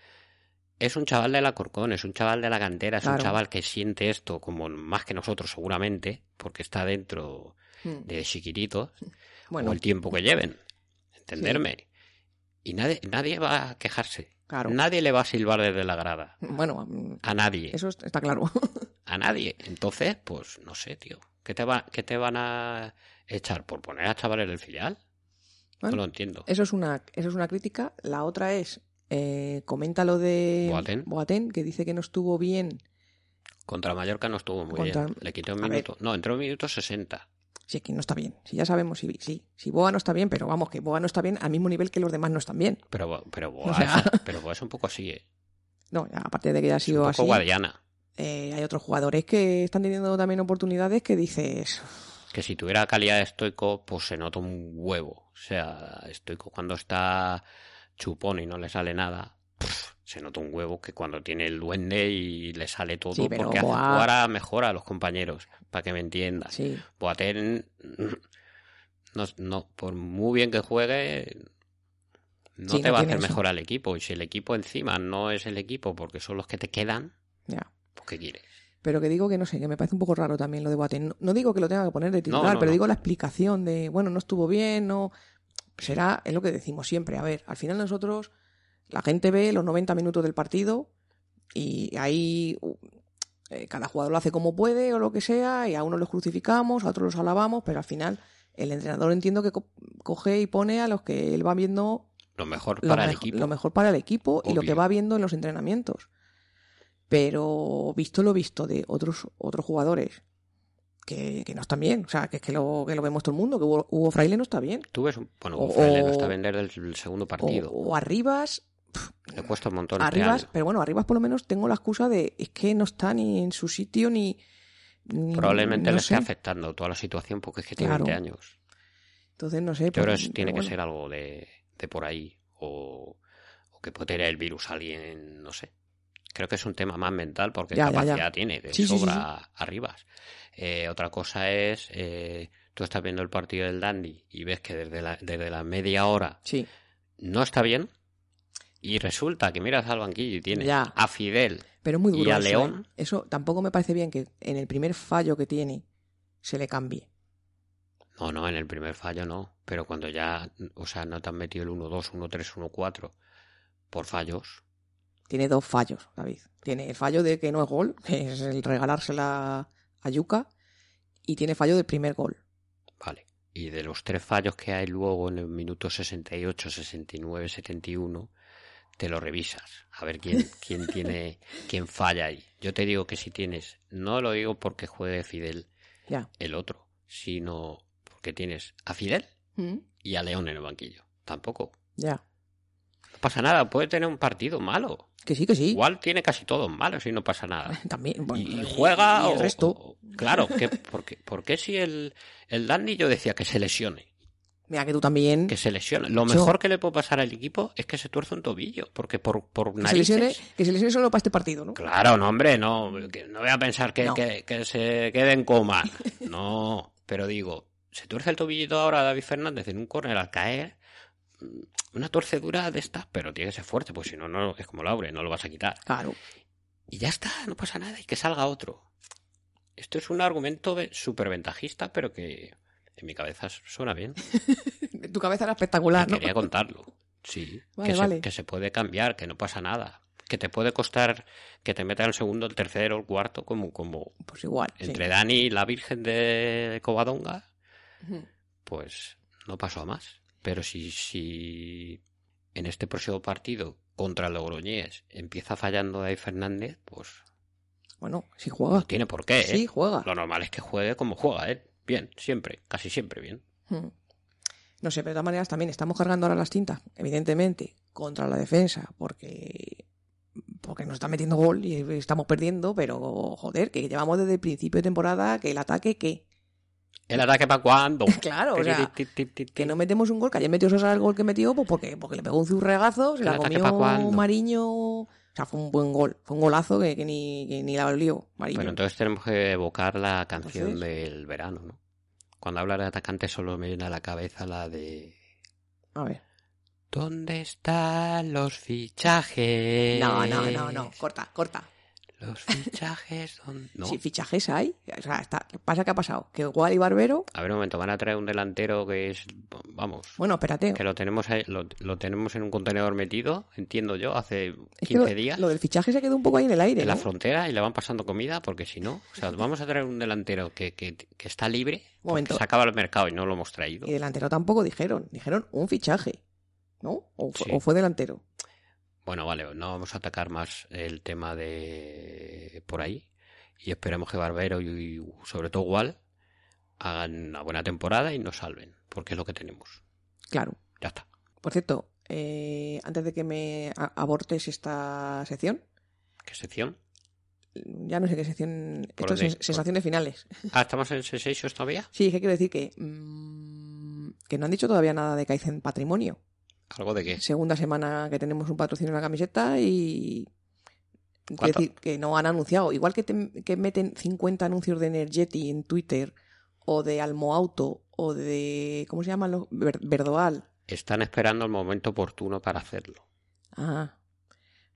S2: es un chaval de la Corcón, es un chaval de la cantera, es claro. un chaval que siente esto como más que nosotros seguramente, porque está dentro
S1: Mm.
S2: de chiquititos, bueno. o el tiempo que lleven, entenderme. Sí. Y nadie, nadie va a quejarse. Claro. Nadie le va a silbar desde la grada.
S1: Bueno, mm,
S2: a nadie.
S1: Eso está claro.
S2: a nadie. Entonces, pues no sé, tío. ¿Qué te, va, qué te van a echar por poner a chavales del filial? Bueno, no lo entiendo.
S1: Eso es una, eso es una crítica. La otra es eh, comenta lo de Boateng. Boateng. que dice que no estuvo bien.
S2: Contra Mallorca no estuvo muy Contra... bien. Le quitó un minuto. No, entró un minuto 60.
S1: Si es que no está bien. Si ya sabemos, si, si, si Boa no está bien, pero vamos, que Boa no está bien al mismo nivel que los demás no están bien.
S2: Pero, pero, Boa, o sea... es, pero Boa es un poco así, ¿eh?
S1: No, ya, aparte de que ya ha sido
S2: un
S1: poco
S2: así. guardiana.
S1: Eh, hay otros jugadores que están teniendo también oportunidades que dices.
S2: Que si tuviera calidad de estoico, pues se nota un huevo. O sea, estoico cuando está chupón y no le sale nada, pff, se nota un huevo que cuando tiene el duende y le sale todo,
S1: sí,
S2: porque hace jugar a mejor a los compañeros, para que me entiendas.
S1: Sí.
S2: Boateng, Pues no, no, por muy bien que juegue, no sí, te no va a hacer eso. mejor al equipo. Y si el equipo encima no es el equipo porque son los que te quedan,
S1: ya.
S2: pues ¿qué quieres?
S1: Pero que digo que no sé, que me parece un poco raro también lo de Boateng. No, no digo que lo tenga que poner de titular, pero digo la explicación de, bueno, no estuvo bien, no será, es lo que decimos siempre. A ver, al final nosotros, la gente ve los 90 minutos del partido y ahí eh, cada jugador lo hace como puede o lo que sea, y a unos los crucificamos, a otros los alabamos, pero al final el entrenador entiendo que co coge y pone a los que él va viendo
S2: lo mejor
S1: lo
S2: para el
S1: mejo-
S2: equipo.
S1: Lo mejor para el equipo y lo que
S2: Obvio.
S1: va viendo en los entrenamientos. Pero visto lo visto de otros, otros jugadores que, que no están bien, o sea, que es que lo, que lo vemos todo el mundo, que Hugo, Hugo Fraile no está bien.
S2: Tú ves, un- bueno,
S1: O-
S2: Fraile
S1: o-
S2: no está a vender del, del segundo
S1: O,
S2: partido.
S1: o Arribas,
S2: Le cuesta un montón. este
S1: Arribas,
S2: Real.
S1: pero bueno, Arribas por lo menos tengo la excusa de es que no está ni en su sitio ni. ni-
S2: Probablemente
S1: no
S2: le esté
S1: sé.
S2: afectando toda la situación porque es que tiene
S1: Claro.
S2: 20 años.
S1: Entonces no sé.
S2: Yo creo
S1: pero-
S2: que tiene
S1: pero
S2: que
S1: bueno.
S2: ser algo de, de por ahí. O, o que puede tener el virus a alguien, no sé. Creo que es un tema más mental porque
S1: Ya, ya, ya.
S2: capacidad tiene, de
S1: Sí, sí, sí,
S2: sobra arribas. Eh, otra cosa es, eh, tú estás viendo el partido del Dandy y ves que desde la, desde la media hora
S1: Sí,
S2: no está bien y resulta que miras al banquillo y tienes
S1: Ya.
S2: a Fidel
S1: pero es muy
S2: Y
S1: duro.
S2: a
S1: eso, ¿eh?
S2: León.
S1: Eso tampoco me parece bien que en el primer fallo que tiene se le cambie.
S2: No, no, en el primer fallo no. Pero cuando ya, o sea, no te han metido el 1-2, 1-3, 1-4 por fallos.
S1: Tiene dos fallos, David. Tiene el fallo de que no es gol, que es el regalársela a Yuka, y tiene fallo del primer gol.
S2: Vale. Y de los tres fallos que hay luego en el minuto 68, 69, 71, te lo revisas. A ver quién, quién tiene, quién falla ahí. Yo te digo que si tienes, no lo digo porque juegue Fidel
S1: Ya.
S2: el otro, sino porque tienes a Fidel y a León en el banquillo. Tampoco.
S1: Ya.
S2: No pasa nada, puede tener un partido malo.
S1: Que sí, que sí.
S2: Igual tiene casi todos malos y no pasa nada.
S1: También. bueno,
S2: y, y juega
S1: y el
S2: o-
S1: resto.
S2: o- claro, que, porque, porque si el, el Dandy yo decía que se lesione,
S1: Mira que tú también.
S2: que se lesione. Lo
S1: Yo-
S2: mejor que le puede pasar al equipo es que se tuerce un tobillo, porque por, por
S1: que se, lesione,
S2: narices-
S1: que se lesione solo para este partido, ¿no?
S2: Claro, no, hombre, no, que no voy a pensar que,
S1: No.
S2: que- que se quede en coma. No, pero digo, se tuerce el tobillito ahora David Fernández en un córner al caer. mm, Una torcedura de estas, pero tiene que ser fuerte, pues si no, no es como Laure, no lo vas a quitar
S1: Claro.
S2: y ya está, no pasa nada, y que salga otro. Esto es un argumento ve- súper ventajista, pero que en mi cabeza suena bien.
S1: Tu cabeza era
S2: Y
S1: espectacular, ¿no?
S2: Quería contarlo. Sí,
S1: Vale,
S2: que, se,
S1: vale.
S2: que se puede cambiar, que no pasa nada. Que te puede costar que te metan el segundo, el tercero, el cuarto, como, como
S1: Pues igual. sí.
S2: entre Dani y la Virgen de Covadonga,
S1: Ujú.
S2: pues no pasó a más. Pero si, si en este próximo partido contra Logroñés empieza fallando David Fernández, pues
S1: Bueno, si juega.
S2: no tiene por qué. ¿eh?
S1: Sí, juega.
S2: Lo normal es que juegue como juega, ¿eh? Bien, siempre, casi siempre bien.
S1: Mm. No sé, pero de todas maneras también estamos cargando ahora las tintas, evidentemente, contra la defensa, porque porque nos está metiendo gol y estamos perdiendo, pero joder, que llevamos desde el principio de temporada que el ataque que
S2: ¿El ataque para cuándo?
S1: Claro, o sea,
S2: Tiri, ti, ti, ti,
S1: que
S2: ti.
S1: no metemos un gol, que ayer metió Sosa el gol que metió, pues porque, porque le pegó un zurregazo, se
S2: ¿El
S1: la
S2: ataque
S1: comió
S2: pa' cuándo?
S1: Mariño. O sea, fue un buen gol, fue un golazo que, que ni, que ni la olió Mariño.
S2: Pero entonces tenemos que evocar la canción
S1: Entonces-
S2: del verano, ¿no? Cuando habla de atacante solo me viene a la cabeza la de...
S1: A ver.
S2: ¿Dónde están los fichajes?
S1: No, no, no, no, corta, corta.
S2: Los fichajes... ¿dónde- eh, No.
S1: Si fichajes hay, o sea, está, pasa que ha pasado, que igual y Barbero,
S2: A ver un momento, van a traer un delantero que es... Vamos.
S1: bueno, espérate,
S2: Que lo tenemos, ahí- lo, lo tenemos en un contenedor metido, entiendo yo, hace 15
S1: Es que lo,
S2: días.
S1: lo del fichaje se quedó un poco ahí en el aire.
S2: en la
S1: ¿no?
S2: frontera y le van pasando comida porque si no, o sea, vamos a traer un delantero que, que, que está libre,
S1: Un momento.
S2: porque se acaba el mercado y no lo hemos traído.
S1: Y delantero tampoco dijeron. Dijeron un fichaje. ¿No? O, fue-
S2: Sí.
S1: o fue delantero.
S2: Bueno, vale, no vamos a atacar más el tema de por ahí y esperemos que Barbero y, y sobre todo Wal hagan una buena temporada y nos salven, porque es lo que tenemos.
S1: Claro.
S2: Ya está.
S1: Por cierto, eh, antes de que me a- abortes esta sección,
S2: ¿Qué sección?
S1: ya no sé qué sección.
S2: ¿Por
S1: Esto es
S2: dónde?
S1: sens- sensaciones finales.
S2: Ah, ¿estamos en Sensations todavía?
S1: Sí, es que quiero decir que. mm, que no han dicho todavía nada de Kaizen Patrimonio.
S2: ¿Algo de qué?
S1: Segunda semana que tenemos un patrocinio en la camiseta y. Quiero
S2: ¿Cuánto?
S1: decir, que no han anunciado. Igual que, te- que meten 50 anuncios de Energeti en Twitter, o de Almoauto, o de. ¿Cómo se llaman los? Ver- Verdoal.
S2: Están esperando el momento oportuno para hacerlo.
S1: Ah.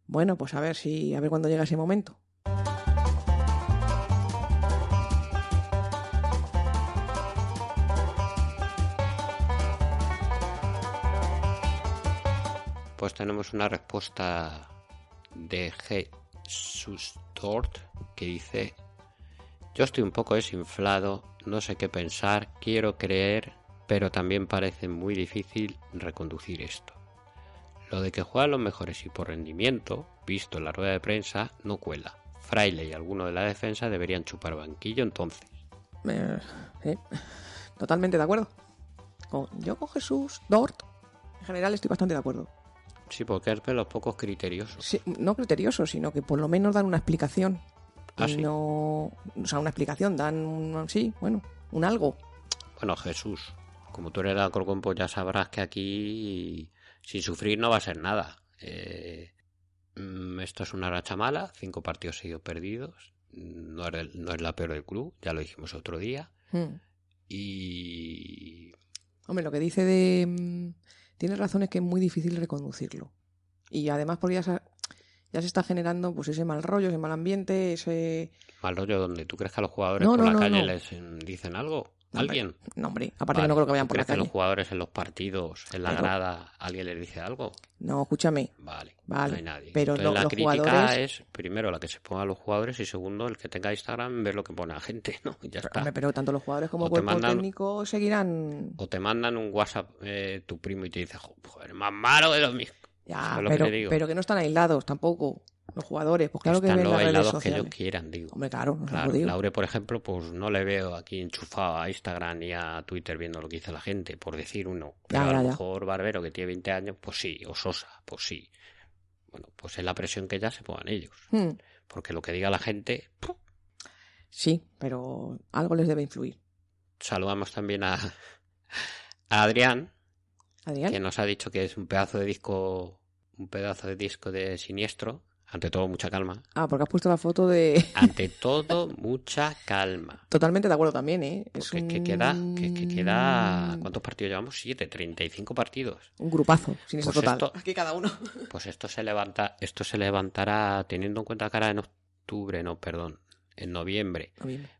S1: Bueno, pues a ver si. A ver cuándo llega ese momento.
S2: Pues tenemos una respuesta de G. Sustort que dice: Yo estoy un poco desinflado, no sé qué pensar, quiero creer, pero también parece muy difícil reconducir esto. Lo de que juegan los mejores y por rendimiento, visto en la rueda de prensa, no cuela. Fraile y alguno de la defensa deberían chupar banquillo entonces.
S1: Eh, eh, totalmente de acuerdo. Con, yo con Jesús, Dort, en general estoy bastante de acuerdo.
S2: Sí, porque es de los pocos criteriosos.
S1: Sí, no criterioso, sino que por lo menos dan una explicación.
S2: Ah,
S1: Y
S2: sí.
S1: no, o sea, una explicación, dan un, sí, bueno, un algo.
S2: Bueno, Jesús, como tú eres de Alcorcón, pues ya sabrás que aquí sin sufrir no va a ser nada. Eh, mm, esto es una racha mala, cinco partidos seguidos perdidos. No es, del- no es la peor del club, ya lo dijimos otro día.
S1: Hmm.
S2: Y
S1: Hombre, lo que dice de... mm, Tiene razón es que es muy difícil reconducirlo. Y además porque ya se, ha- ya se está generando pues ese mal rollo, ese mal ambiente, ese...
S2: mal rollo donde tú crees que a los jugadores
S1: No,
S2: por
S1: no,
S2: la
S1: no,
S2: calle
S1: no.
S2: les mm, dicen algo.
S1: No,
S2: ¿Alguien?
S1: No, hombre, aparte que
S2: Vale,
S1: no creo que
S2: ¿tú
S1: vayan por la
S2: crees que
S1: calle.
S2: los jugadores en los partidos, en la
S1: Pero-
S2: grada, alguien les dice algo?
S1: No, escúchame.
S2: Vale,
S1: Vale,
S2: no hay nadie.
S1: pero
S2: Entonces,
S1: lo-
S2: la
S1: los
S2: crítica
S1: jugadores-
S2: es primero la que se ponga a los jugadores y segundo el que tenga Instagram ver lo que pone la gente, ¿no? Y Ya está.
S1: Hombre, pero tanto los jugadores como
S2: O te
S1: cuerpo
S2: mandan-
S1: técnico seguirán...
S2: O te mandan un WhatsApp eh, tu primo y te dice, "Jo- joder, más malo de lo mismo.
S1: Ya,
S2: Eso es lo que
S1: pero,
S2: te digo.
S1: pero que no están aislados tampoco los jugadores. Pues claro que
S2: Están
S1: ven
S2: los
S1: las redes
S2: aislados que ellos
S1: sociales.
S2: quieran, digo.
S1: Hombre, claro, no se
S2: Claro,
S1: lo digo.
S2: Laure, por ejemplo, pues no le veo aquí enchufado a Instagram ni a Twitter viendo lo que dice la gente, por decir uno. Pero
S1: Ya,
S2: a
S1: ya,
S2: lo
S1: ya.
S2: mejor Barbero, que tiene 20 años, pues sí, o Sosa, pues sí. Bueno, pues es la presión que ya se pongan ellos.
S1: Hmm,
S2: Porque lo que diga la gente, ¡puf!
S1: Sí, pero algo les debe influir.
S2: saludamos también a, a Adrián,
S1: Adrián,
S2: que nos ha dicho que es un pedazo de disco, un pedazo de disco de siniestro. Ante todo, mucha calma.
S1: Ah, porque has puesto la foto de.
S2: Ante todo, mucha calma.
S1: Totalmente de acuerdo también, ¿eh?
S2: Porque es Pues que queda, que, es que queda, ¿cuántos partidos llevamos? Siete, 35 partidos.
S1: Un grupazo, sin eso
S2: Pues
S1: total.
S2: esto-
S1: Aquí cada uno.
S2: Pues esto se levanta, esto se levantará teniendo en cuenta que ahora en octubre, no, perdón, en noviembre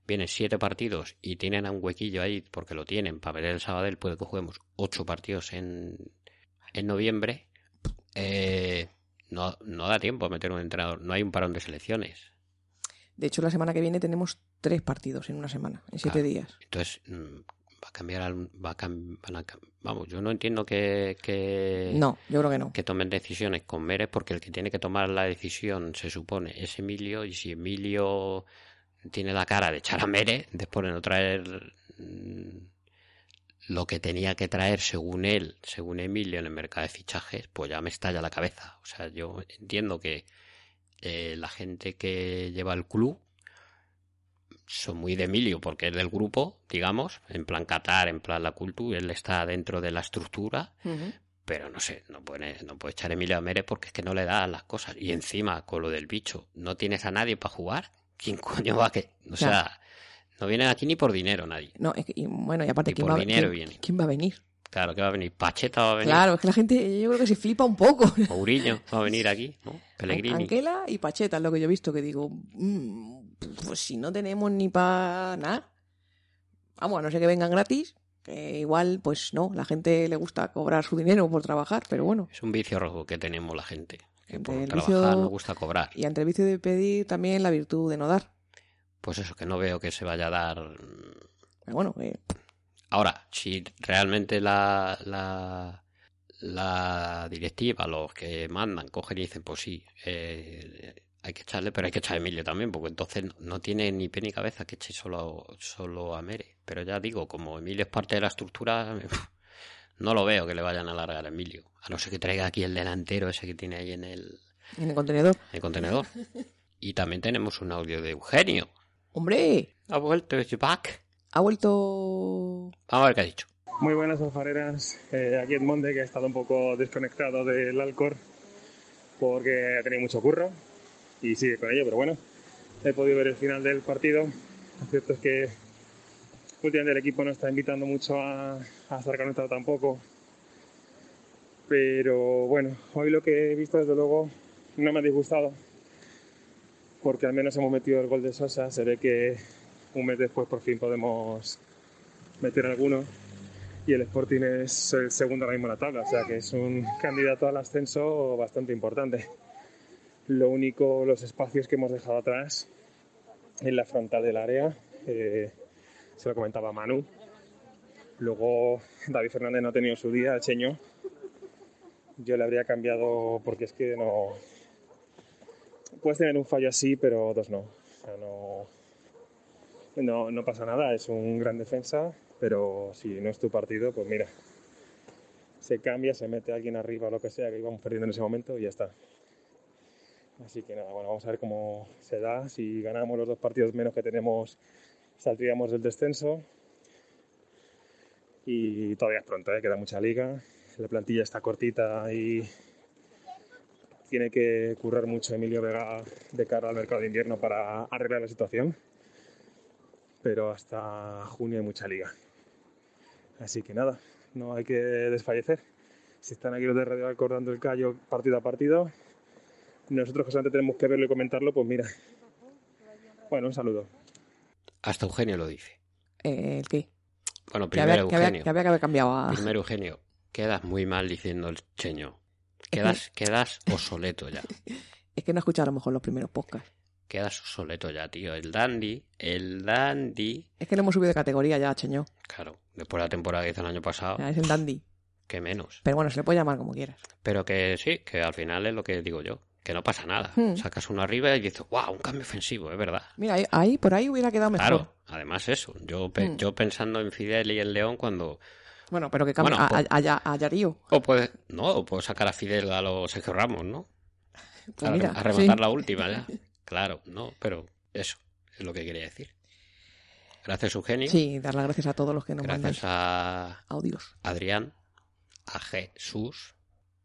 S2: vienen siete partidos y tienen a un huequillo ahí porque lo tienen para ver el Sabadell puede que juguemos ocho partidos en, en noviembre eh, no, no da tiempo a meter un entrenador no hay un parón de selecciones
S1: De hecho, la semana que viene tenemos tres partidos en una semana, en siete
S2: Claro.
S1: días.
S2: entonces mm, va a cambiar al- va a cam- van a cam- vamos yo no entiendo que, que,
S1: No, yo creo que no.
S2: que tomen decisiones con Mere porque el que tiene que tomar la decisión se supone es Emilio y si Emilio tiene la cara de echar a Mere después de no traer mm, lo que tenía que traer según él, según Emilio en el mercado de fichajes, pues ya me estalla la cabeza. O sea, yo entiendo que eh, la gente que lleva el club son muy de Emilio porque es del grupo, digamos, en plan Qatar, en plan la cultura, él está dentro de la estructura
S1: Ujú.
S2: pero no sé, no puede, no puede echar a Emilio a Mere porque es que no le da las cosas. Y encima, con lo del bicho, no tienes a nadie para jugar. ¿Quién coño va a qué? O sea,
S1: Claro.
S2: no vienen aquí ni por dinero nadie.
S1: No, es que- y bueno, y aparte,
S2: Y
S1: ¿quién
S2: por
S1: va, a-
S2: dinero
S1: quién-
S2: viene.
S1: quién va a venir?
S2: Claro, que va a venir Pacheta, va a venir
S1: Claro, es que la gente, yo creo que se flipa un poco.
S2: Mourinho, va a venir aquí, ¿no? Pellegrini.
S1: Anquela y Pacheta es lo que yo he visto, que digo, mm, pues si no tenemos ni para nada, vamos, a no ser que vengan gratis, que igual, pues no, la gente le gusta cobrar su dinero por trabajar, pero bueno.
S2: Es un vicio rojo que tenemos la gente. Que por
S1: Entre el
S2: trabajar
S1: vicio-
S2: nos gusta cobrar.
S1: Y ante el vicio de pedir también la virtud de no dar.
S2: Pues eso, que no veo que se vaya a dar
S1: Pero bueno, eh,
S2: Ahora, si realmente la, la, la directiva, los que mandan, cogen y dicen, pues sí, eh, hay que echarle, pero hay que echar a Emilio también, porque entonces no- no tiene ni pie ni cabeza que eche solo, solo a Mere. Pero ya digo, como Emilio es parte de la estructura, no lo veo que le vayan a alargar a Emilio. A no ser que traiga aquí el delantero ese que tiene ahí en el,
S1: en el contenedor.
S2: en el contenedor. Y también tenemos un audio de Eugenio.
S1: Hombre,
S2: Ha vuelto, it's back.
S1: ha vuelto...
S2: Vamos a ver qué ha dicho.
S5: Muy buenas alfareras, Eh, aquí Edmonde que ha estado un poco desconectado del Alcor porque ha tenido mucho curro y sigue con ello, pero bueno, he podido ver el final del partido. Lo cierto es que últimamente el equipo no está invitando mucho a, a estar conectado tampoco, pero bueno, hoy lo que he visto desde luego no me ha disgustado porque al menos hemos metido el gol de Sosa, se ve que un mes después por fin podemos meter alguno y el Sporting es el segundo ahora mismo en la tabla, o sea que es un candidato al ascenso bastante importante. Lo único, los espacios que hemos dejado atrás en la frontal del área, eh, se lo comentaba Manu. Luego David Fernández no ha tenido su día, el Cheño. yo le habría cambiado porque es que no. Puedes tener un fallo así, pero dos no. O sea, no, no, no pasa nada, es un gran defensa, pero si no es tu partido, pues mira, se cambia, se mete alguien arriba o lo que sea que íbamos perdiendo en ese momento y ya está. Así que nada, bueno, vamos a ver cómo se da. Si ganamos los dos partidos menos que tenemos, saldríamos del descenso. Y todavía es pronto, ¿eh? queda mucha liga. La plantilla está cortita y tiene que currar mucho Emilio Vega de cara al mercado de invierno para arreglar la situación. Pero hasta junio hay mucha liga. Así que nada, no hay que desfallecer. Si están aquí los de Radio acordando el callo partido a partido, nosotros que solamente tenemos que verlo y comentarlo, pues mira. Bueno, un saludo.
S2: Hasta Eugenio lo dice.
S1: Eh, ¿El qué?
S2: Bueno, primero
S1: que, había, que, había,
S2: Eugenio.
S1: que había que haber cambiado a...
S2: Primero Eugenio. Quedas muy mal diciendo el cheño. Quedas, quedas obsoleto ya.
S1: Es que no escuchar a lo mejor los primeros podcasts.
S2: Quedas obsoleto ya, tío. El dandy, el dandy.
S1: Es que lo hemos subido de categoría ya, cheño.
S2: Claro, después de la temporada que hizo el año pasado,
S1: Ya, Es el dandy.
S2: que menos.
S1: Pero bueno, se le puede llamar como quieras.
S2: Pero que sí, que al final es lo que digo yo. Que no pasa nada.
S1: Hmm.
S2: Sacas uno arriba y dices, wow, un cambio ofensivo, es verdad.
S1: Mira, ahí, ahí- por ahí hubiera quedado mejor.
S2: Claro, además eso. Yo, pe-
S1: Pues Hmm.
S2: yo pensando en Fidel y en León cuando...
S1: Bueno, pero que cambie
S2: Bueno,
S1: a-
S2: pues-
S1: a, a, Ya- a Yarío.
S2: O puedes... No, o puedo sacar a Fidel a los Sergio Ramos, ¿no?
S1: Pues
S2: a,
S1: mira,
S2: a rematar
S1: sí.
S2: la última ya. Claro, no, pero eso es lo que quería decir. Gracias, Eugenio.
S1: Sí, dar las gracias a todos los que nos mandan
S2: gracias a
S1: audios.
S2: Adrián, a Jesús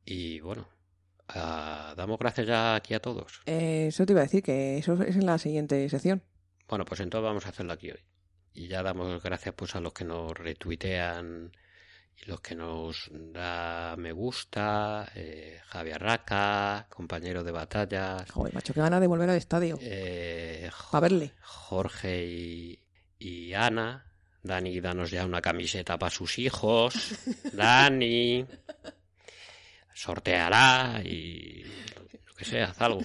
S2: y bueno, a- damos gracias ya aquí a todos.
S1: Eh, eso te iba a decir, que eso es en la siguiente sección.
S2: Bueno, pues entonces vamos a hacerlo aquí hoy. Y ya damos gracias pues a los que nos retuitean y los que nos da me gusta, eh, Javier Raca, compañero de batallas,
S1: Joder, macho, qué gana de volver al estadio.
S2: eh,
S1: Para verle.
S2: Jorge y, y Ana. Dani, danos ya una camiseta para sus hijos. Dani. Sorteará y lo que sea, haz algo.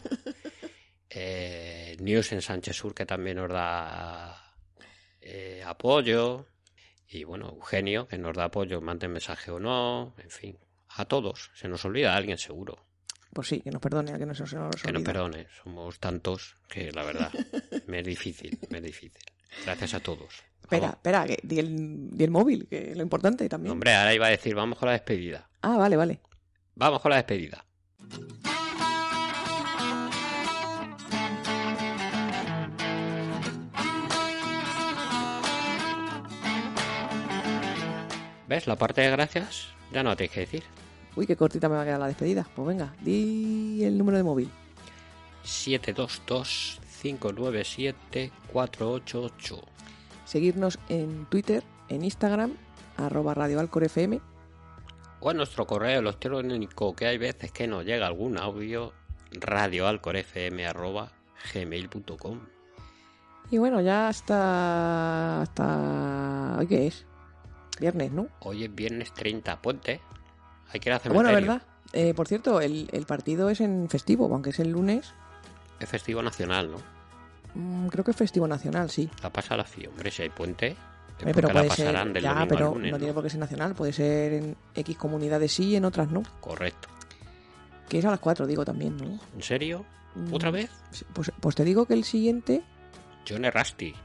S2: Eh, News en Sánchez Sur, que también nos da eh, apoyo. Y bueno, Eugenio, que nos da apoyo, mande mensaje o no. En fin, a todos. Se nos olvida alguien seguro.
S1: Pues sí, que nos perdone, que no se nos olvide.
S2: Que no perdone, ¿eh? somos tantos que la verdad me es difícil, me es difícil. Gracias a todos.
S1: Espera,
S2: Vamos.
S1: espera, que di el, di el móvil, que es lo importante también.
S2: Hombre, ahora iba a decir, vamos con la despedida.
S1: Ah, vale, vale.
S2: Vamos con la despedida. ¿Ves? La parte de gracias ya no la tienes que decir.
S1: Uy, qué cortita me va a quedar la despedida. Pues venga, di el número de móvil.
S2: 722-597-488.
S1: Seguirnos en Twitter, en Instagram, arroba Radio Alcor FM.
S2: o a nuestro correo electrónico que hay veces que nos llega algún audio radioalcorfm@gmail.com
S1: Y bueno, ya hasta... hasta... ¿Hoy qué es? Viernes, ¿no?
S2: hoy es viernes 30 puente hay que ir al
S1: Bueno,
S2: cementerio
S1: ¿verdad? Eh, por cierto, el, el partido es en festivo, aunque es el lunes.
S2: es festivo nacional ¿no?
S1: Mm, creo que es festivo nacional, sí.
S2: la pasa la FI hombre si hay puente es
S1: Eh,
S2: porque
S1: pero
S2: la
S1: puede
S2: pasarán
S1: ser,
S2: del
S1: ya,
S2: domingo
S1: pero
S2: al lunes
S1: no tiene
S2: ¿no?
S1: por qué ser nacional, puede ser en X comunidades sí y en otras no.
S2: correcto
S1: Que es a las 4, digo también, ¿no?
S2: ¿en serio?
S1: Mm,
S2: ¿otra vez?
S1: sí, Pues, pues te digo que el siguiente.
S2: John Errasti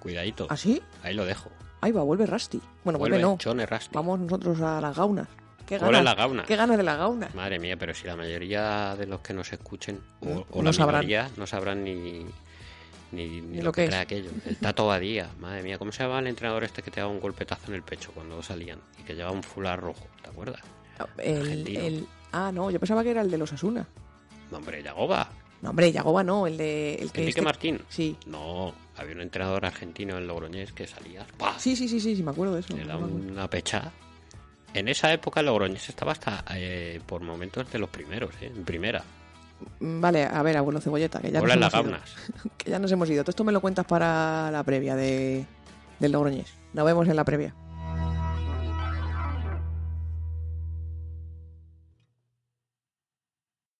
S2: cuidadito
S1: Eh, ¿Así?
S2: ahí lo dejo
S1: Ahí va, vuelve Rusty. Bueno, vuelve,
S2: Oh. vuelve
S1: no.
S2: John Errasti
S1: Vamos nosotros a las gaunas. ¿Qué
S2: Vuelve
S1: ganas?
S2: la gauna
S1: ¿Qué ganas de las gaunas?
S2: Madre mía, pero si la mayoría de los que nos escuchen o, o
S1: No
S2: la
S1: sabrán.
S2: minoría no sabrán ni, ni, ni lo, que,
S1: es.
S2: era aquello. El Tato Badía, madre mía, ¿cómo se llamaba el entrenador este que te daba un golpetazo en el pecho cuando salían y que llevaba un fular rojo? ¿Te acuerdas?
S1: El,
S2: Argentino.
S1: el- ah, no, yo pensaba que era el de los Asuna.
S2: No, hombre, Yagoba,
S1: No, hombre, Yagoba no, el de. El que
S2: Enrique
S1: este-
S2: Martín.
S1: Sí.
S2: No, había un entrenador argentino en Logroñés que salía, ¡pah!
S1: Sí, sí, sí, sí, sí, me acuerdo de eso.
S2: le
S1: me
S2: daba
S1: acuerdo.
S2: una pechada. En esa época Logroñés estaba hasta eh, por momentos de los primeros, ¿eh? en primera.
S1: Mm, Vale, a ver, abuelo cebolleta, que ya
S2: Hola en
S1: nos
S2: las
S1: hemos ido.
S2: gaunas.
S1: Que ya nos hemos ido. Todo esto me lo cuentas para la previa de, del Logroñés. Nos vemos en la previa.